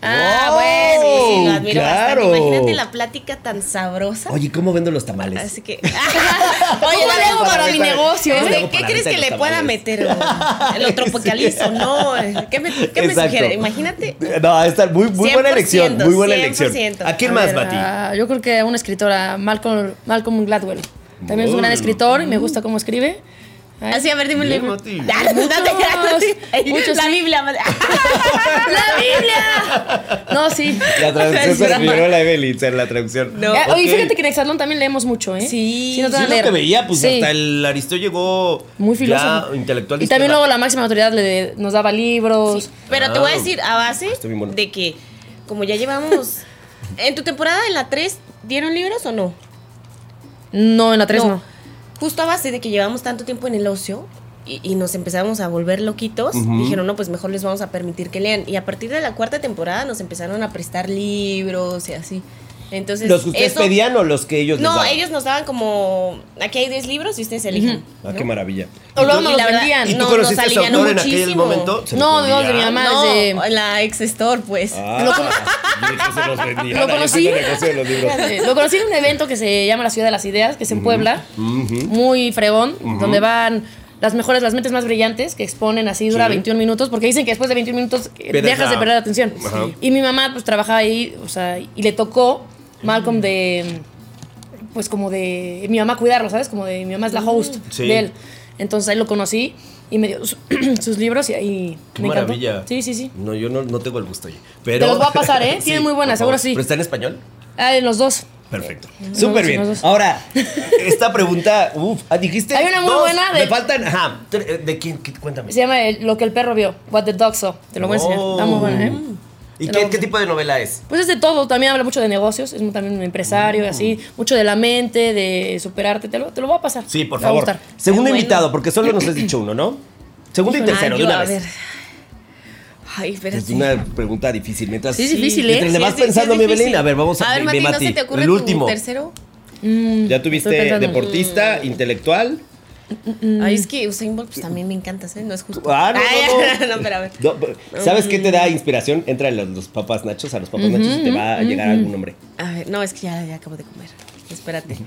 [SPEAKER 5] Ah,
[SPEAKER 3] ¡Wow!
[SPEAKER 5] Sí, sí, lo admiro
[SPEAKER 3] Oh, Claro.
[SPEAKER 5] bastante. Imagínate la plática tan sabrosa.
[SPEAKER 3] ah, Oye, ¿cómo vendo los tamales?
[SPEAKER 5] Así que.
[SPEAKER 4] ¿Cómo le hago para mi
[SPEAKER 5] ahorita-
[SPEAKER 4] negocio,
[SPEAKER 5] Este,
[SPEAKER 3] eh?
[SPEAKER 5] ¿Qué,
[SPEAKER 3] Luego para
[SPEAKER 5] crees
[SPEAKER 3] ahorita
[SPEAKER 5] que
[SPEAKER 3] los
[SPEAKER 5] le pueda
[SPEAKER 3] tamales.
[SPEAKER 5] meter? Lo tropicalizo, ¿no? ¿Qué me, qué me
[SPEAKER 3] Exacto.
[SPEAKER 5] sugiere? Imagínate.
[SPEAKER 3] No, esta muy, muy buena
[SPEAKER 5] 100%,
[SPEAKER 3] elección, muy buena elección.
[SPEAKER 5] 100%.
[SPEAKER 3] ¿A quién
[SPEAKER 5] A
[SPEAKER 3] más,
[SPEAKER 5] ver,
[SPEAKER 3] Bati?
[SPEAKER 4] ah, yo creo que a una escritora, Malcolm, Malcolm Gladwell. También es un gran
[SPEAKER 3] Muy.
[SPEAKER 4] escritor y me gusta cómo escribe. Ay,
[SPEAKER 5] Así, Ah, a ver, dime un
[SPEAKER 3] Bien,
[SPEAKER 5] libro.
[SPEAKER 3] Mati.
[SPEAKER 5] Ah, no, no te creas, no te-
[SPEAKER 4] Muchos,
[SPEAKER 5] La
[SPEAKER 4] sí.
[SPEAKER 5] Biblia. madre.
[SPEAKER 4] ¡La Biblia! No, sí.
[SPEAKER 3] La traducción se
[SPEAKER 4] Es
[SPEAKER 3] la
[SPEAKER 4] drama.
[SPEAKER 3] figuró la Evelyn, en la traducción.
[SPEAKER 5] No.
[SPEAKER 4] Eh, Oye,
[SPEAKER 3] Ok.
[SPEAKER 4] fíjate que en Hexatlón también leemos mucho, ¿eh?
[SPEAKER 5] Sí.
[SPEAKER 4] no te
[SPEAKER 3] Sí,
[SPEAKER 4] van a
[SPEAKER 3] es lo
[SPEAKER 4] leer.
[SPEAKER 3] que veía, pues
[SPEAKER 4] Sí.
[SPEAKER 3] hasta el Aristó llegó
[SPEAKER 4] Muy
[SPEAKER 3] ya
[SPEAKER 4] filósofo.
[SPEAKER 3] intelectual. de
[SPEAKER 4] Y también
[SPEAKER 3] izquierda.
[SPEAKER 4] luego la máxima autoridad le de- nos daba libros.
[SPEAKER 5] Pero te voy a
[SPEAKER 3] Ah,
[SPEAKER 5] decir, a base
[SPEAKER 3] está bien bueno.
[SPEAKER 5] de que, como ya llevamos. ¿En tu temporada en la 3 dieron libros o no?
[SPEAKER 4] No, en la 3 no.
[SPEAKER 5] Justo a base de que llevamos tanto tiempo en el ocio y, y nos empezamos a volver loquitos,
[SPEAKER 3] Ujú.
[SPEAKER 5] dijeron, no, pues mejor les vamos a permitir que lean. Y a partir de la cuarta temporada nos empezaron a prestar libros y así. Entonces,
[SPEAKER 3] ¿Los que ustedes
[SPEAKER 5] eso-
[SPEAKER 3] pedían o los que ellos les
[SPEAKER 5] No,
[SPEAKER 3] daban?
[SPEAKER 5] ellos nos daban como, aquí hay 10 libros y ustedes eligen.
[SPEAKER 3] Ah, qué maravilla.
[SPEAKER 4] O luego
[SPEAKER 5] Y
[SPEAKER 4] nos los
[SPEAKER 5] la verdad-
[SPEAKER 4] vendían.
[SPEAKER 3] ¿Y tú
[SPEAKER 5] no,
[SPEAKER 3] conociste a
[SPEAKER 5] nos
[SPEAKER 3] ese
[SPEAKER 5] alivianó
[SPEAKER 3] autor en aquel
[SPEAKER 5] muchísimo.
[SPEAKER 3] momento? ¿Se
[SPEAKER 4] No,
[SPEAKER 3] lo
[SPEAKER 4] no, de mi
[SPEAKER 3] vendían?
[SPEAKER 4] mamá.
[SPEAKER 5] No,
[SPEAKER 4] desde-
[SPEAKER 5] la ex store, pues.
[SPEAKER 3] Ah,
[SPEAKER 4] Lo
[SPEAKER 3] y que se los vendían.
[SPEAKER 4] Lo
[SPEAKER 3] Ahí es
[SPEAKER 4] conocí.
[SPEAKER 3] el negocio de los libros.
[SPEAKER 4] Eh, Lo conocí en un evento que se llama La Ciudad de las Ideas, que es en Puebla, muy fregón, donde van las mejores, las mentes más brillantes que exponen así, dura
[SPEAKER 3] Sí.
[SPEAKER 4] 21 minutos, porque dicen que después de 21 minutos eh,
[SPEAKER 3] Pierdes
[SPEAKER 4] dejas
[SPEAKER 3] la-
[SPEAKER 4] de perder la atención.
[SPEAKER 3] Ajá.
[SPEAKER 4] Y mi mamá pues trabajaba ahí, o sea, y le tocó Malcolm de, pues como de mi mamá cuidarlo, ¿sabes? Como de mi mamá es la host
[SPEAKER 3] Mm. Sí.
[SPEAKER 4] de él. Entonces ahí lo conocí y me dio su- sus libros y ahí
[SPEAKER 3] Qué
[SPEAKER 4] me encantó.
[SPEAKER 3] maravilla.
[SPEAKER 4] Sí, sí, sí.
[SPEAKER 3] No, yo no, no tengo el gusto, oye. Pero...
[SPEAKER 4] Te los voy a pasar, ¿eh? Tienen muy buenas,
[SPEAKER 3] por favor.
[SPEAKER 4] seguro sí.
[SPEAKER 3] ¿Pero está en español?
[SPEAKER 4] Ah, en los dos.
[SPEAKER 3] Perfecto. Súper
[SPEAKER 4] sí,
[SPEAKER 3] bien.
[SPEAKER 4] los dos.
[SPEAKER 3] Ahora, esta pregunta, uf, ah, dijiste.
[SPEAKER 4] Hay una muy
[SPEAKER 3] dos,
[SPEAKER 4] buena de-
[SPEAKER 3] Me faltan, ajá. tre- eh, ¿De quién? ¿Qué- Cuéntame.
[SPEAKER 4] Se llama eh, Lo que el perro vio, What the Dog Saw. Te lo voy a enseñar.
[SPEAKER 3] Oh.
[SPEAKER 4] Está muy bueno, ¿eh?
[SPEAKER 3] ¿Y
[SPEAKER 4] Te
[SPEAKER 3] qué,
[SPEAKER 4] lo-
[SPEAKER 3] qué tipo de novela es?
[SPEAKER 4] Pues es de todo, también habla mucho de negocios, es un- también un empresario, así, mucho de la mente, de superarte, te lo, te lo voy a pasar.
[SPEAKER 3] Sí, por
[SPEAKER 4] Te va a
[SPEAKER 3] favor.
[SPEAKER 4] gustar.
[SPEAKER 3] Segundo
[SPEAKER 5] Qué bueno.
[SPEAKER 3] invitado, porque solo nos has dicho uno, ¿no? Segundo y
[SPEAKER 5] Ay,
[SPEAKER 3] tercero, de
[SPEAKER 5] Ah, yo,
[SPEAKER 3] una
[SPEAKER 5] a
[SPEAKER 3] vez.
[SPEAKER 5] ver. Ay, espérate.
[SPEAKER 3] Es una pregunta difícil. Mientras,
[SPEAKER 4] Sí, es difícil, ¿eh?
[SPEAKER 3] mientras le
[SPEAKER 5] Sí,
[SPEAKER 3] vas
[SPEAKER 5] sí, sí,
[SPEAKER 3] pensando,
[SPEAKER 5] es
[SPEAKER 3] mi
[SPEAKER 5] difícil.
[SPEAKER 3] Belén, a ver, vamos a,
[SPEAKER 5] ver,
[SPEAKER 3] ve,
[SPEAKER 5] Mati, ¿no
[SPEAKER 3] Mati,
[SPEAKER 5] se te ocurre
[SPEAKER 3] el último.
[SPEAKER 5] tu tercero?
[SPEAKER 4] Mm,
[SPEAKER 3] Ya
[SPEAKER 4] estoy
[SPEAKER 3] tuviste
[SPEAKER 4] pensando.
[SPEAKER 3] deportista, intelectual.
[SPEAKER 4] Mm.
[SPEAKER 5] Ay, es que Usain Bolt pues, también me encanta, ¿eh? No es justo.
[SPEAKER 3] Ah, no,
[SPEAKER 5] Ay,
[SPEAKER 3] no, no.
[SPEAKER 5] no, pero a ver.
[SPEAKER 3] No, pero, ¿Sabes qué te da inspiración? Entra a los, los papas nachos, a los papas nachos y te va a llegar algún nombre.
[SPEAKER 5] A ver, no, es que ya, ya acabo de comer. Espérate.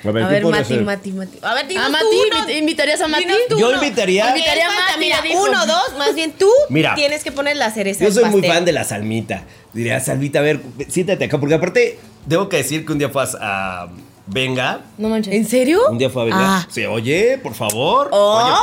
[SPEAKER 5] Mm,
[SPEAKER 6] A ver,
[SPEAKER 5] a
[SPEAKER 6] ¿qué
[SPEAKER 5] ver,
[SPEAKER 6] podría
[SPEAKER 5] Mati,
[SPEAKER 6] ser?
[SPEAKER 5] Mati, Mati. A ver, dinos
[SPEAKER 4] ¿A
[SPEAKER 5] tú
[SPEAKER 4] Mati?
[SPEAKER 5] uno.
[SPEAKER 4] ¿Invit- ¿Invitarías a Mati?
[SPEAKER 5] Dinos tú
[SPEAKER 3] Yo
[SPEAKER 5] uno.
[SPEAKER 3] invitaría-
[SPEAKER 4] Invitaría a
[SPEAKER 5] Mira,
[SPEAKER 4] Mati,
[SPEAKER 5] mira,
[SPEAKER 4] ya dijo.
[SPEAKER 5] uno, dos, más bien tú
[SPEAKER 3] Mira.
[SPEAKER 5] tienes que poner la cereza
[SPEAKER 3] Yo
[SPEAKER 5] al
[SPEAKER 3] soy muy
[SPEAKER 5] pastel.
[SPEAKER 3] fan de la salmita. Diría, salmita, a ver, siéntate acá, porque aparte, debo que decir que un día fue a, a Venga.
[SPEAKER 4] No manches.
[SPEAKER 5] ¿En serio?
[SPEAKER 3] Un día fue a Venga.
[SPEAKER 5] Ah.
[SPEAKER 3] Sí, oye, por favor.
[SPEAKER 5] Oh.
[SPEAKER 3] Oye,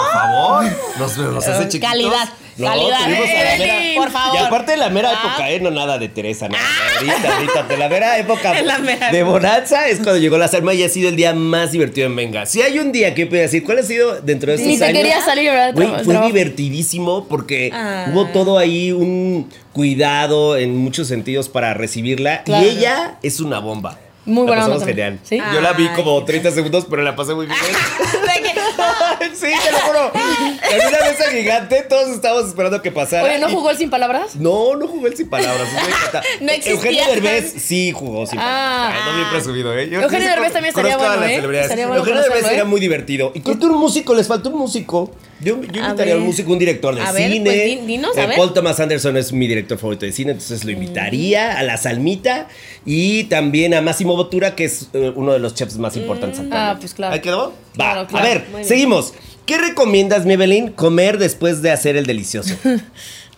[SPEAKER 3] por favor. Nos, nos hace
[SPEAKER 5] Eh,
[SPEAKER 3] chiquitos.
[SPEAKER 5] calidad,
[SPEAKER 3] No,
[SPEAKER 5] calidad.
[SPEAKER 3] tuvimos a la
[SPEAKER 4] Eh,
[SPEAKER 3] mera-
[SPEAKER 4] Berlín. Por
[SPEAKER 5] favor.
[SPEAKER 3] Y aparte de la mera
[SPEAKER 5] Ah.
[SPEAKER 3] época, ¿eh? No nada de Teresa, nada. Ahorita, ahorita, de la mera época
[SPEAKER 5] En la mera
[SPEAKER 3] de
[SPEAKER 5] época.
[SPEAKER 3] Bonanza es cuando llegó la Salma y ha sido el día más divertido en Venga. Si hay un día que puede decir, ¿cuál ha sido dentro de
[SPEAKER 4] Ni
[SPEAKER 3] estos
[SPEAKER 4] te
[SPEAKER 3] años?
[SPEAKER 4] quería salir, ¿verdad?
[SPEAKER 3] Güey,
[SPEAKER 4] Traba-
[SPEAKER 3] fue
[SPEAKER 4] trabajo.
[SPEAKER 3] divertidísimo porque
[SPEAKER 5] Ah.
[SPEAKER 3] hubo todo ahí un cuidado en muchos sentidos para recibirla.
[SPEAKER 4] Claro.
[SPEAKER 3] Y ella es una bomba.
[SPEAKER 4] Muy
[SPEAKER 3] la
[SPEAKER 4] buena
[SPEAKER 3] pasamos
[SPEAKER 4] onda
[SPEAKER 3] genial.
[SPEAKER 4] también. ¿Sí?
[SPEAKER 3] Yo la vi
[SPEAKER 5] Ay,
[SPEAKER 3] como 30 segundos, pero la pasé muy bien.
[SPEAKER 5] De que-
[SPEAKER 3] sí, te lo juro. En una mesa gigante, todos estábamos esperando que pasara.
[SPEAKER 4] Oye, ¿no
[SPEAKER 3] Y-
[SPEAKER 4] jugó el sin palabras?
[SPEAKER 3] no, no jugó el sin palabras. eso me encanta.
[SPEAKER 4] No existía.
[SPEAKER 3] Eugenio Derbez sí jugó sin
[SPEAKER 4] Ah.
[SPEAKER 3] palabras. Ay, no bien presumido, ¿eh? Yo-
[SPEAKER 4] Eugenio
[SPEAKER 3] yo sí
[SPEAKER 4] Derbez
[SPEAKER 3] con-
[SPEAKER 4] también estaría
[SPEAKER 3] conozco a
[SPEAKER 4] bueno,
[SPEAKER 3] las
[SPEAKER 4] ¿eh?
[SPEAKER 3] celebridades.
[SPEAKER 4] Estaría bueno
[SPEAKER 3] Eugenio Derbez
[SPEAKER 4] conocerlo,
[SPEAKER 3] sería
[SPEAKER 4] ¿eh?
[SPEAKER 3] muy divertido. Y creo que un músico, les faltó un músico. Yo, yo
[SPEAKER 5] A
[SPEAKER 3] invitaría a un
[SPEAKER 5] ver.
[SPEAKER 3] músico, un director de
[SPEAKER 5] A ver,
[SPEAKER 3] cine. Eh,
[SPEAKER 5] pues, di- dinos, a ver.
[SPEAKER 3] Paul Thomas Anderson es mi director favorito de cine, entonces lo invitaría a la Salmita y también a Máximo Bottura, que es eh, uno de los chefs más importantes actualmente.
[SPEAKER 4] Ah, pues, claro.
[SPEAKER 3] ¿Ahí quedó? Va.
[SPEAKER 4] Claro, claro.
[SPEAKER 3] A ver,
[SPEAKER 4] Muy bien.
[SPEAKER 3] seguimos. ¿Qué recomiendas, mi Evelyn, comer después de hacer el delicioso?